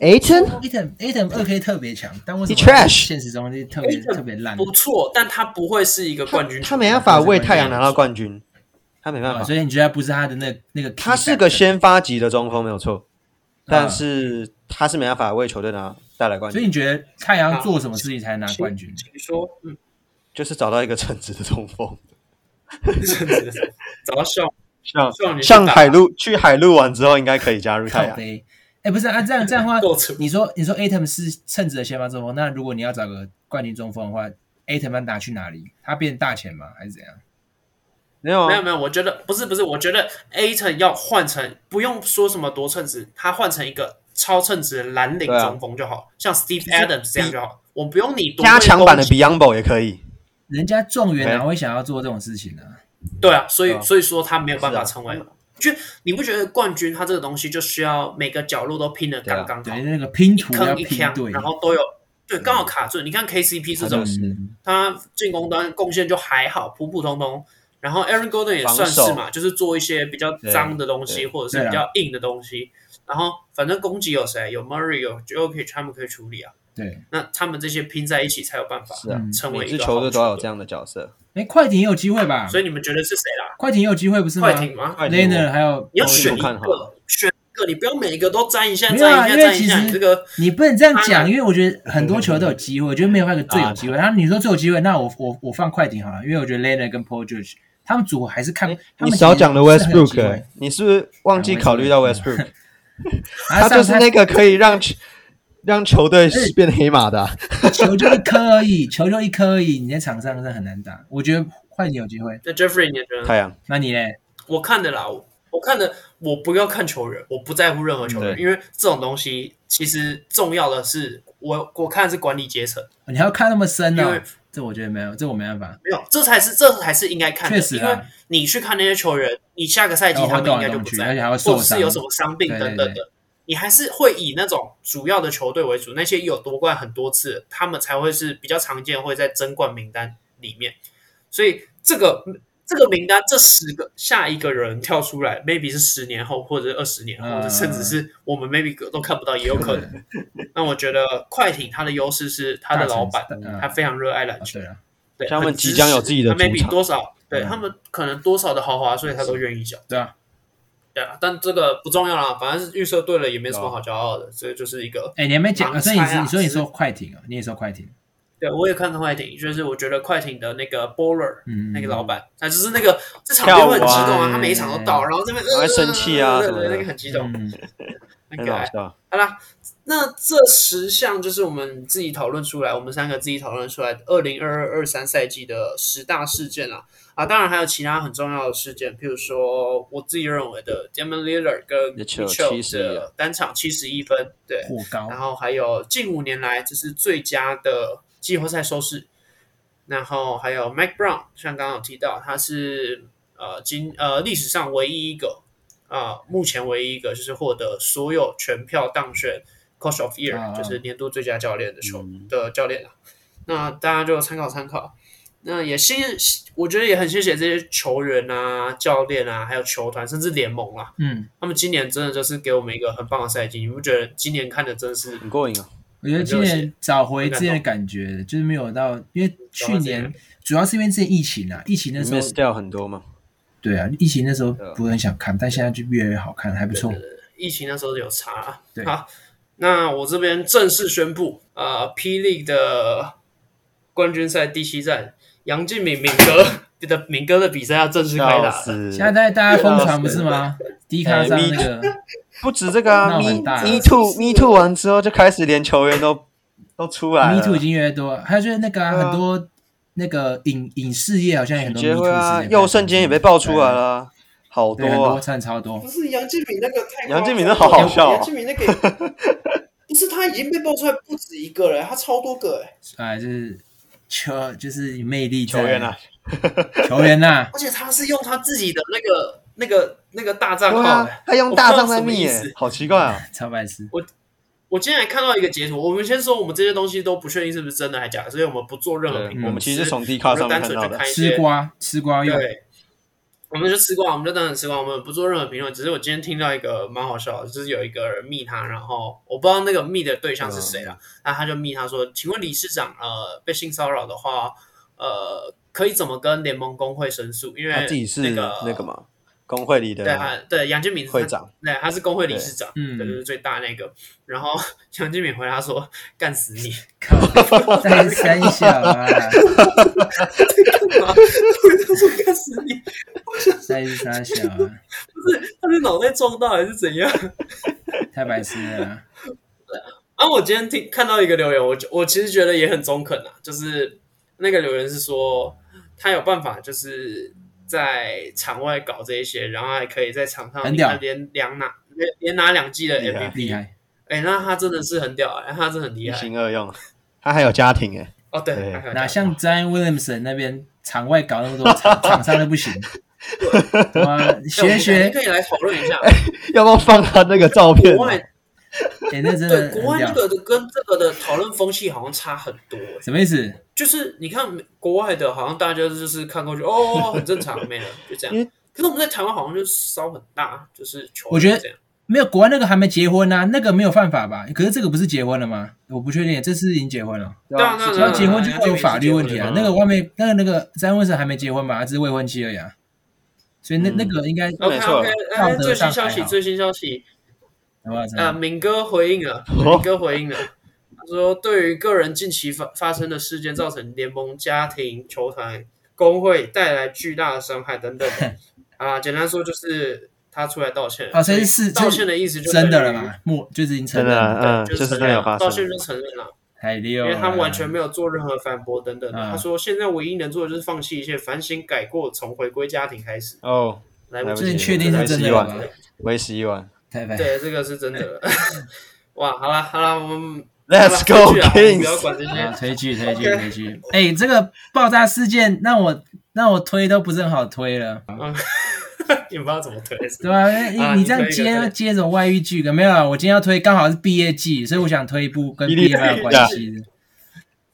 Speaker 3: Aton
Speaker 2: A n A n 二 K 特别强，但为什么
Speaker 3: He trash
Speaker 2: 现实中就特别
Speaker 1: Ayton
Speaker 2: 特别烂？
Speaker 1: 不错，啊但他不会是一个冠军球员
Speaker 3: 他没办法为太阳拿到冠军，他没办
Speaker 2: 啊
Speaker 3: 法。
Speaker 2: 所以你觉得他不是他的那那个啊 key factor？
Speaker 3: 他是个先发级的中锋，没有错，但是他是没办法为球队拿带来冠
Speaker 2: 所以
Speaker 3: 军，
Speaker 2: 你觉得太阳做什么事情才
Speaker 1: 啊
Speaker 2: 拿冠军？
Speaker 1: 请 说，嗯，
Speaker 3: 就是找到一个称职的中锋，
Speaker 1: 找到笑
Speaker 3: 像
Speaker 1: 笑你
Speaker 3: 像海陆去海陆完之后，应该可以加入太
Speaker 2: 靠
Speaker 3: 阳。
Speaker 2: 背，哎，不是啊，这样这样的话，
Speaker 1: 够粗，
Speaker 2: 你说你说 Atom 是称职的先发中锋，那如果你要找个冠军中锋的话，Atom 要拿去哪里？他变大钱吗？还是怎样？
Speaker 3: 没有
Speaker 1: 没有
Speaker 3: 啊，
Speaker 1: 没有，我觉得不是不是，我觉得 A 层要换成不用说什么多称职，他换成一个超称职的蓝领
Speaker 3: 对啊
Speaker 1: 中锋就好，像 Steve
Speaker 2: 是
Speaker 1: Adams 这样就好。我不用你多
Speaker 3: 加强版的
Speaker 1: 为攻击
Speaker 3: Beyond 也可以，
Speaker 2: 人家状元哪
Speaker 3: 哎
Speaker 2: 会想要做这种事情呢、
Speaker 1: 对啊，所以、
Speaker 3: 对啊
Speaker 1: 所以说他没有办法成为
Speaker 3: 是啊。
Speaker 1: 就你不觉得冠军他这个东西就需要每个角落都拼的
Speaker 3: 啊
Speaker 1: 刚刚好，
Speaker 2: 对，那个拼
Speaker 1: 一
Speaker 2: 图要
Speaker 1: 坑一
Speaker 2: 拼
Speaker 1: 枪，
Speaker 2: 对，
Speaker 1: 然后都有对刚好卡住。你看 KCP 这
Speaker 3: 嗯他
Speaker 1: 种
Speaker 3: 就，是
Speaker 2: 嗯
Speaker 1: 他进攻端贡献就还好，普普通通。然后 Aaron Golden 也算是嘛，就是做一些比较脏的东西，
Speaker 3: 对啊
Speaker 1: 或者是比较硬的东西。然后反正攻击有谁，有 Murray 有 Jokic，他们可以处理啊。
Speaker 2: 对，
Speaker 1: 那他们这些拼在一起才有办法
Speaker 3: 是啊，
Speaker 2: 嗯
Speaker 1: 成为
Speaker 3: 每
Speaker 1: 一
Speaker 3: 支
Speaker 1: 个
Speaker 3: 球队都要有
Speaker 1: 好
Speaker 3: 这样的角色。
Speaker 2: 哎，快艇也有机会吧
Speaker 1: 球队。？所以你们觉得是谁啦？
Speaker 2: 快艇也有机会不是吗
Speaker 1: 快艇吗？
Speaker 3: 啊快艇
Speaker 2: l e n a 还有
Speaker 1: 你要选一
Speaker 3: 我看好
Speaker 1: 个，选一个，你不要每一个都沾一下，沾
Speaker 2: 没
Speaker 1: 一
Speaker 2: 有啊
Speaker 1: 下，
Speaker 2: 因为
Speaker 1: 沾一下。
Speaker 2: 其实
Speaker 1: 你这个
Speaker 2: 你不能这样
Speaker 1: 他
Speaker 2: 讲，因为我觉得很多球都有机会，我觉得没有那个最
Speaker 1: 啊
Speaker 2: 有机会。然后你说最有机会，那我我我放快艇好了，因为我觉得 l e n a 跟 Paul George 他们组合还是看他
Speaker 3: 你
Speaker 2: 们
Speaker 3: 少讲了 Westbrook，
Speaker 2: 欸
Speaker 3: 欸你是不是忘记考虑到
Speaker 2: 啊
Speaker 3: Westbrook？
Speaker 2: 他
Speaker 3: 他就是那个可以 让让球队变黑马的啊，
Speaker 2: 球就一颗而已， 球就一颗而已，你在场上是很难打。我觉得快艇有机会，
Speaker 1: 那呃 Jeffrey 你觉得？
Speaker 3: 太阳
Speaker 2: 那你嘞？
Speaker 1: 我看的啦，我我看的，我不要看球员，我不在乎任何球员，
Speaker 3: 对
Speaker 1: 因为这种东西其实重要的是，我我看的是管理阶层。
Speaker 2: 你还要看那么深
Speaker 1: 因
Speaker 2: 呢、
Speaker 1: 为
Speaker 2: 这我觉得没有，这我没办法。
Speaker 1: 没有，这才是这才是应该看的，
Speaker 2: 确实
Speaker 1: 因为
Speaker 2: 啊，
Speaker 1: 你去看那些球员，你下个赛季
Speaker 2: 然后
Speaker 1: 他
Speaker 2: 会
Speaker 1: 们应
Speaker 2: 动来
Speaker 1: 该就
Speaker 2: 动
Speaker 1: 不
Speaker 2: 去，
Speaker 1: 在
Speaker 2: 而且
Speaker 1: 了，
Speaker 2: 还会
Speaker 1: 或
Speaker 2: 受
Speaker 1: 者
Speaker 2: 伤
Speaker 1: 是有。什么伤病等等
Speaker 2: 对
Speaker 1: 的，
Speaker 2: 对对
Speaker 1: 你还是会以那种主要的球队为主，那些有夺冠很多次，他们才会是比较常见会在争冠名单里面，所以这个这个名单这十个下一个人跳出来，maybe 是十年后或者二十年后，
Speaker 2: 嗯
Speaker 1: 甚至是我们 maybe 都看不到，也有可能。那我觉得快艇它的优势是它的老板
Speaker 2: 大城市嗯，
Speaker 1: 他非常热爱篮球，
Speaker 2: 对啊，
Speaker 1: 对
Speaker 3: 像他们
Speaker 1: 很支
Speaker 3: 即将有
Speaker 1: 持
Speaker 3: 自己的
Speaker 1: 他
Speaker 3: 主
Speaker 1: ，maybe
Speaker 3: 场
Speaker 1: 多少对
Speaker 2: 嗯
Speaker 1: 他们可能多少的豪华，所以他都愿意缴。
Speaker 2: 对啊。
Speaker 1: 对啊，但这个不重要啦，反正是预测对了，也没什么好骄傲的，所以就是一个。
Speaker 3: 嗯
Speaker 2: 哎，你还没讲，
Speaker 1: 盲
Speaker 2: 啊所以你
Speaker 1: 猜
Speaker 2: 是
Speaker 1: 啊
Speaker 2: 你说你
Speaker 1: 只是
Speaker 2: 说快艇啊，你也说快艇，
Speaker 1: 对，我也看快艇，就是我觉得快艇的那个 Bowler，
Speaker 2: 嗯，
Speaker 1: 那个老板，他就是那个这场
Speaker 3: 跳
Speaker 1: 边会很
Speaker 3: 舞
Speaker 1: 激
Speaker 3: 啊
Speaker 1: 动啊，他每一场都到，然后这边
Speaker 3: 然后
Speaker 1: 呃
Speaker 3: 还生气啊
Speaker 1: 对
Speaker 3: 什么
Speaker 1: 对，
Speaker 3: 的
Speaker 1: 那个很激动，
Speaker 2: 嗯，
Speaker 1: 很
Speaker 3: 很
Speaker 1: 可
Speaker 3: 好
Speaker 1: 爱。
Speaker 3: 笑。
Speaker 1: 好啦，那这十项就是我们自己讨论出来，我们三个自己讨论出来二零二二二三赛季的十大事件啦。啊，当然还有其他很重要的事件，譬如说我自己认为的 d a m o n Lillard 跟
Speaker 3: Mitchell
Speaker 1: Mitchell
Speaker 3: 71
Speaker 1: 的单场七十一分，对，
Speaker 2: 过高，
Speaker 1: 然后还有近五年来这是最佳的季后赛收视，然后还有 Mike Brown，像刚刚有提到，他是呃今呃历史上唯一一个啊、呃目前唯一一个就是获得所有全票当选 Coach of Year，、
Speaker 2: 啊
Speaker 1: 就是年度最佳教练的球、
Speaker 3: 嗯
Speaker 1: 的教练啊。那大家就参考参考。那也谢，我觉得也很谢谢这些球员啊、教练啊，还有球团，甚至联盟啊，
Speaker 2: 嗯，
Speaker 1: 他们今年真的就是给我们一个很棒的赛季，你不觉得今年看的真是
Speaker 3: 很过瘾啊！
Speaker 2: 我觉得今
Speaker 1: 很热
Speaker 2: 年找回之前的感觉，就是没有到，因为去年主要是因为之前疫情啊，疫情那时候
Speaker 3: miss 掉很多嘛，
Speaker 2: 对啊，疫情那时候
Speaker 3: 对啊
Speaker 2: 不是很想看，但现在就越来越好看，还不错。
Speaker 1: 疫情那时候有查啊。
Speaker 2: 对
Speaker 1: 好，那我这边正式宣布，呃霹雳的冠军赛第七战，杨敬敏敏哥 的敏哥的比赛要正式开
Speaker 3: 笑
Speaker 1: 打了。
Speaker 3: 死！
Speaker 2: 现在大家大家疯传不是吗？迪卡上那个，
Speaker 3: 不止这个啊
Speaker 2: 闹
Speaker 3: ，me
Speaker 2: 很大
Speaker 3: me too me too 完之后就开始连球员都都出来
Speaker 2: Me
Speaker 3: 了
Speaker 2: Too 已经越来越多了，还有就是那个啊、
Speaker 3: 对啊
Speaker 2: 很多那个影影视业好像也很多 Me
Speaker 3: 结
Speaker 2: Too
Speaker 3: 婚
Speaker 2: 事
Speaker 3: 啊，
Speaker 2: 件
Speaker 3: 右瞬间也被爆出来了啊，好
Speaker 2: 对，很多
Speaker 3: 多啊！
Speaker 2: 差超多
Speaker 1: 不。是杨敬敏那个太夸张了
Speaker 3: 杨敬敏那好好笑啊
Speaker 1: 杨敬敏那 个不是他已经被爆出来不止一个了，他超多个哎，
Speaker 2: 啊，就是球就是有魅力在
Speaker 3: 球员啊，，
Speaker 2: 球员啊呐、
Speaker 1: 而且他是用他自己的那个那个那个大账
Speaker 3: 对
Speaker 1: 号哎
Speaker 3: 啊，。他用大账在
Speaker 1: 我不知道什么
Speaker 3: 密
Speaker 1: 意
Speaker 3: 耶
Speaker 1: 思，
Speaker 3: 好奇怪啊！
Speaker 2: 超白痴。
Speaker 1: 我今天还看到一个截图，我们先说我们这些东西都不确定是不是真的还假的，所以我们不做任何
Speaker 3: 对
Speaker 1: 评，论。
Speaker 3: 我们其实
Speaker 1: 只
Speaker 3: 是从 D
Speaker 1: 嗯我
Speaker 3: 卡
Speaker 1: 们
Speaker 3: 上面
Speaker 1: 单
Speaker 3: 看
Speaker 1: 纯
Speaker 3: 到
Speaker 1: 就
Speaker 3: 的
Speaker 1: 看，一些
Speaker 2: 吃瓜吃瓜用，
Speaker 1: 对，我们就吃瓜，我们就当成吃瓜，我们不做任何评论。只是我今天听到一个蛮好笑的，就是有一个人密他，然后我不知道那个密的对象是谁
Speaker 3: 嗯
Speaker 1: 了，那他就密他说：“请问理事长，呃，被性骚扰的话，呃，可以怎么跟联盟工会申诉？因为、那
Speaker 3: 他
Speaker 1: 个、
Speaker 3: 自己是那个嘛，工会里的
Speaker 1: 对，他对杨建明
Speaker 3: 会长，
Speaker 1: 对，他是工会理事长，
Speaker 2: 对嗯
Speaker 1: 对，就是最大那个。然后 杨建明回答说：干死 你！
Speaker 2: 靠，在 三小啊，
Speaker 1: 他说干死你！
Speaker 2: 在三小啊，
Speaker 1: 他是脑袋撞到还是怎样？”
Speaker 2: 太白痴了啊、
Speaker 1: 啊，我今天听看到一个留言，我就我其实觉得也很中肯啊，就是那个留言是说他有办法，就是在场外搞这一些，然后还可以在场上
Speaker 2: 很屌
Speaker 1: 连两拿连连拿两季的
Speaker 3: 厉害
Speaker 1: MVP，
Speaker 2: 厉害！
Speaker 1: 哎、那他真的是很屌、哎，他真的很厉
Speaker 3: 一
Speaker 1: 害
Speaker 3: 心二用，他还有家庭哎，
Speaker 1: 哦，对，
Speaker 3: 对
Speaker 1: 他很屌
Speaker 2: 哪像 Zion Williamson 那边场外搞那么多，场场上都 不行。哇，学
Speaker 1: 对我们
Speaker 2: 学
Speaker 1: 可，以来讨论一 下
Speaker 3: 要不要放他那个照片
Speaker 1: 国
Speaker 3: 啊？
Speaker 1: 外
Speaker 2: 哎、那真
Speaker 1: 对
Speaker 2: 的
Speaker 1: 国
Speaker 2: 很
Speaker 1: 外那
Speaker 2: 屌。
Speaker 1: 个的跟这个的讨论风气好像差很多、哎
Speaker 2: 什么意思？
Speaker 1: 就是你看国外的，好像大家就是看过去，哦，很正常，没了，就这
Speaker 3: 因
Speaker 1: 样
Speaker 3: 为。
Speaker 1: 可是我们在台湾好像就烧很大，就是球，
Speaker 2: 我觉得
Speaker 1: 这样。
Speaker 2: 没有，国外那个还没结婚呢、啊，那个没有犯法吧？可是这个不是结婚了吗？我不确定，这次已经结婚了。
Speaker 1: 对啊，那
Speaker 2: 只要
Speaker 1: 那
Speaker 2: 结婚就会有法律问题啊
Speaker 3: 嗯。
Speaker 2: 那个外面，那个那个詹文生还没结婚吧？他只是未婚妻而已啊。所以那
Speaker 3: 嗯
Speaker 2: 那个应该，
Speaker 1: OK
Speaker 3: 没错
Speaker 1: OK，
Speaker 2: 道
Speaker 1: 哎，
Speaker 2: 德
Speaker 1: 最新
Speaker 2: 上
Speaker 1: 消息，
Speaker 2: 还好
Speaker 1: 最新消息，
Speaker 2: 好不好？
Speaker 1: 呃，敏哥回应了，
Speaker 3: 哦
Speaker 1: 敏哥回应了，他说对于个人近期发发生的事件造成联盟、家庭、球团、工会带来巨大的伤害 等等，啊，简单说就是他出来道歉了，
Speaker 2: 啊所以
Speaker 1: 所以
Speaker 2: 是
Speaker 1: 道歉的意思，
Speaker 2: 真的了？嘛？莫就是已经承
Speaker 3: 真
Speaker 2: 认了，哎
Speaker 3: 的，嗯，
Speaker 1: 就
Speaker 3: 就是
Speaker 1: 承
Speaker 3: 真的
Speaker 1: 认
Speaker 3: 有
Speaker 1: 了
Speaker 3: 发
Speaker 1: 道歉
Speaker 3: 生，
Speaker 1: 就承认了。
Speaker 2: 太溜
Speaker 1: 因
Speaker 2: 了，
Speaker 1: 为他们完全没有做任何反驳等等的。
Speaker 2: 啊嗯
Speaker 1: 他说，现在唯一能做的就是放弃一切，反省、改过，从回归家庭开始。
Speaker 3: 哦，
Speaker 1: 来
Speaker 3: 来
Speaker 1: 不
Speaker 3: 不
Speaker 1: 及，
Speaker 3: 及
Speaker 2: 这确定是真的了吧
Speaker 3: 为时已晚
Speaker 2: 太白。
Speaker 1: 对，这个是真的 了。哇，好了好了，我们
Speaker 3: ，Let's
Speaker 1: 好啦 继续啊我们
Speaker 3: go
Speaker 1: 不要
Speaker 3: Kings，
Speaker 1: 管这
Speaker 2: 啊，
Speaker 1: 些。
Speaker 2: 推 剧推剧推剧！哎、这个爆炸事件让我让我推都不是很好推了，
Speaker 1: 你们不知道怎么推是
Speaker 2: 对吧、啊？你、
Speaker 1: 啊
Speaker 2: 你这
Speaker 1: 你推
Speaker 2: 样
Speaker 1: 一个
Speaker 2: 接
Speaker 1: 对
Speaker 2: 接着外遇剧梗没有啊？我今天要推刚好是毕业季，所以我想推一部跟毕业蛮有关系的。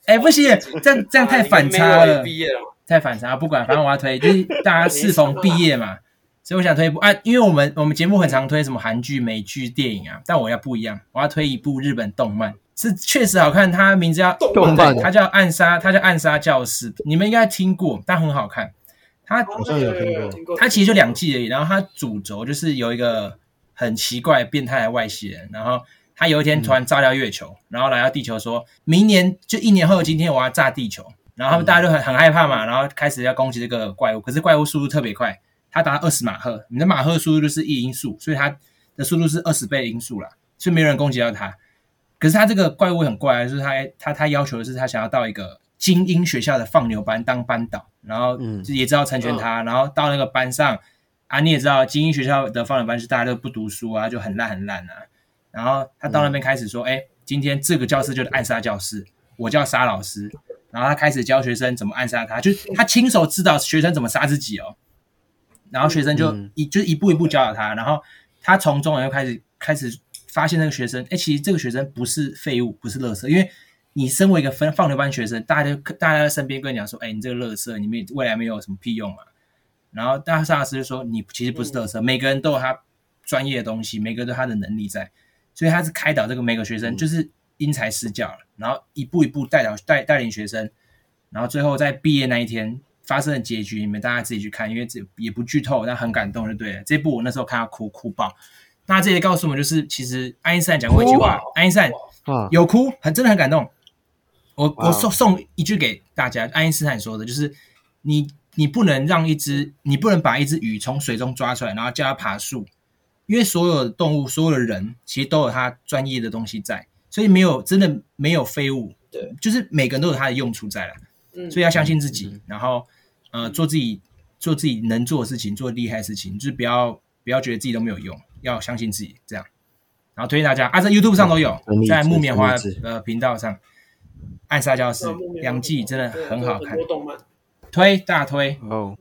Speaker 2: 哎、不行，这样这样太反差
Speaker 1: 啊你们没有
Speaker 2: 了。
Speaker 1: 毕业了嘛，
Speaker 2: 太反常了，不管，反正我要推，就是大家适逢毕 业嘛，所以我想推一部啊，因为我们我们节目很常推什么韩剧、美剧、电影啊，但我要不一样，我要推一部日本动漫，是确实好看，它名字叫
Speaker 1: 动
Speaker 4: 漫
Speaker 2: 对它叫《暗杀》，它叫《暗杀教室》，你们应该听过，但很好看。它
Speaker 1: 好
Speaker 4: 好像有听过
Speaker 1: 过
Speaker 2: 它其实就两季而已。然后它主轴就是有一个很奇怪变态的外星人，然后他有一天突然炸掉月球，然后来到地球说，明年就一年后的今天我要炸地球。然后他们大家就很很害怕嘛，然后开始要攻击这个怪物，可是怪物速度特别快，它达二十马赫，你的马赫速度就是一音速，所以它的速度是二十倍音速啦，所以没有人攻击到它。可是它这个怪物很怪，就是它它它要求的是它想要到一个精英学校的放牛班当班导，然后
Speaker 3: 嗯
Speaker 2: 就也知道成全他，然后到那个班上啊，你也知道精英学校的放牛班是大家都不读书啊，就很烂很烂啊。然后他到那边开始
Speaker 3: 嗯
Speaker 2: 说，哎、今天这个教室就是暗杀教室，我叫杀老师。然后他开始教学生怎么暗杀他，就是他亲手指导学生怎么杀自己哦。然后学生就
Speaker 3: 嗯
Speaker 2: 一、就是一步一步教导他，然后他从中又开始开始发现那个学生，哎，其实这个学生不是废物，不是垃圾，因为你身为一个分放牛班学生，大家就大家在身边跟你讲说，哎，你这个垃圾，你们未来没有什么屁用嘛。然后大沙老师就说，你其实不是垃圾，每个人都有他专业的东西，每个人都有他的能力在，所以他是开导这个每个学生，就是因材施教，然后一步一步带导带带领学生，然后最后在毕业那一天发生的结局，你们大家自己去看，因为这也不剧透，但很感动就对了。这部我那时候看到哭哭爆。那这也告诉我们，就是其实爱因斯坦讲过一句话
Speaker 1: 哭爆，
Speaker 2: 爱因斯坦
Speaker 3: 啊，
Speaker 2: 有哭，很真的很感动。我
Speaker 4: 哇
Speaker 2: 我送送一句给大家，爱因斯坦说的就是你你不能让一只你不能把一只鱼从水中抓出来，然后叫它爬树，因为所有的动物、所有的人其实都有他专业的东西在，所以没有真的没有废物，
Speaker 1: 对，
Speaker 2: 就是每个人都有他的用处在了。
Speaker 1: 嗯
Speaker 2: 所以要相信自己，然后呃做自己做自己能做的事情，做厉害的事情，就是不要不要觉得自己都没有用，要相信自己这样。然后推荐大家啊，在 YouTube 上都有
Speaker 4: 嗯很励，志
Speaker 2: 在木棉花
Speaker 4: 很励志
Speaker 2: 呃频道上，《暗杀教室
Speaker 1: 那后》面
Speaker 2: 两季真的
Speaker 1: 对
Speaker 2: 很好
Speaker 1: 很
Speaker 2: 看
Speaker 1: 多，动漫，
Speaker 2: 推大推
Speaker 3: 哦，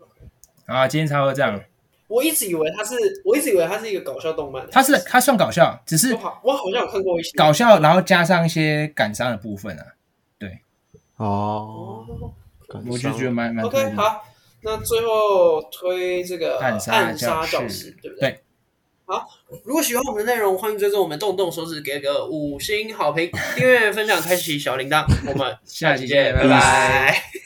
Speaker 2: 啊！今天差不多这样，
Speaker 1: 我一直以为它是，我一直以为它是一个搞笑动漫。
Speaker 2: 它是它算搞笑，只是
Speaker 1: 我好，我好像有看过一些
Speaker 2: 搞笑，然后加上一些感伤的部分啊，
Speaker 4: 哦，
Speaker 1: 哦
Speaker 4: 感
Speaker 2: 我就
Speaker 4: 伤
Speaker 2: 觉得蛮蛮推
Speaker 1: ，OK，
Speaker 2: 的
Speaker 1: 好，那最后推这个
Speaker 2: 暗杀
Speaker 1: 暗杀
Speaker 2: 教
Speaker 1: 教
Speaker 2: 室
Speaker 1: 室，对不
Speaker 2: 对？
Speaker 1: 好，如果喜欢我们的内容，欢迎追踪我们动动手指，给个五星好评，订阅、分享、开启小铃铛。我们
Speaker 2: 下期见，拜
Speaker 1: 拜
Speaker 2: 拜。
Speaker 1: 拜。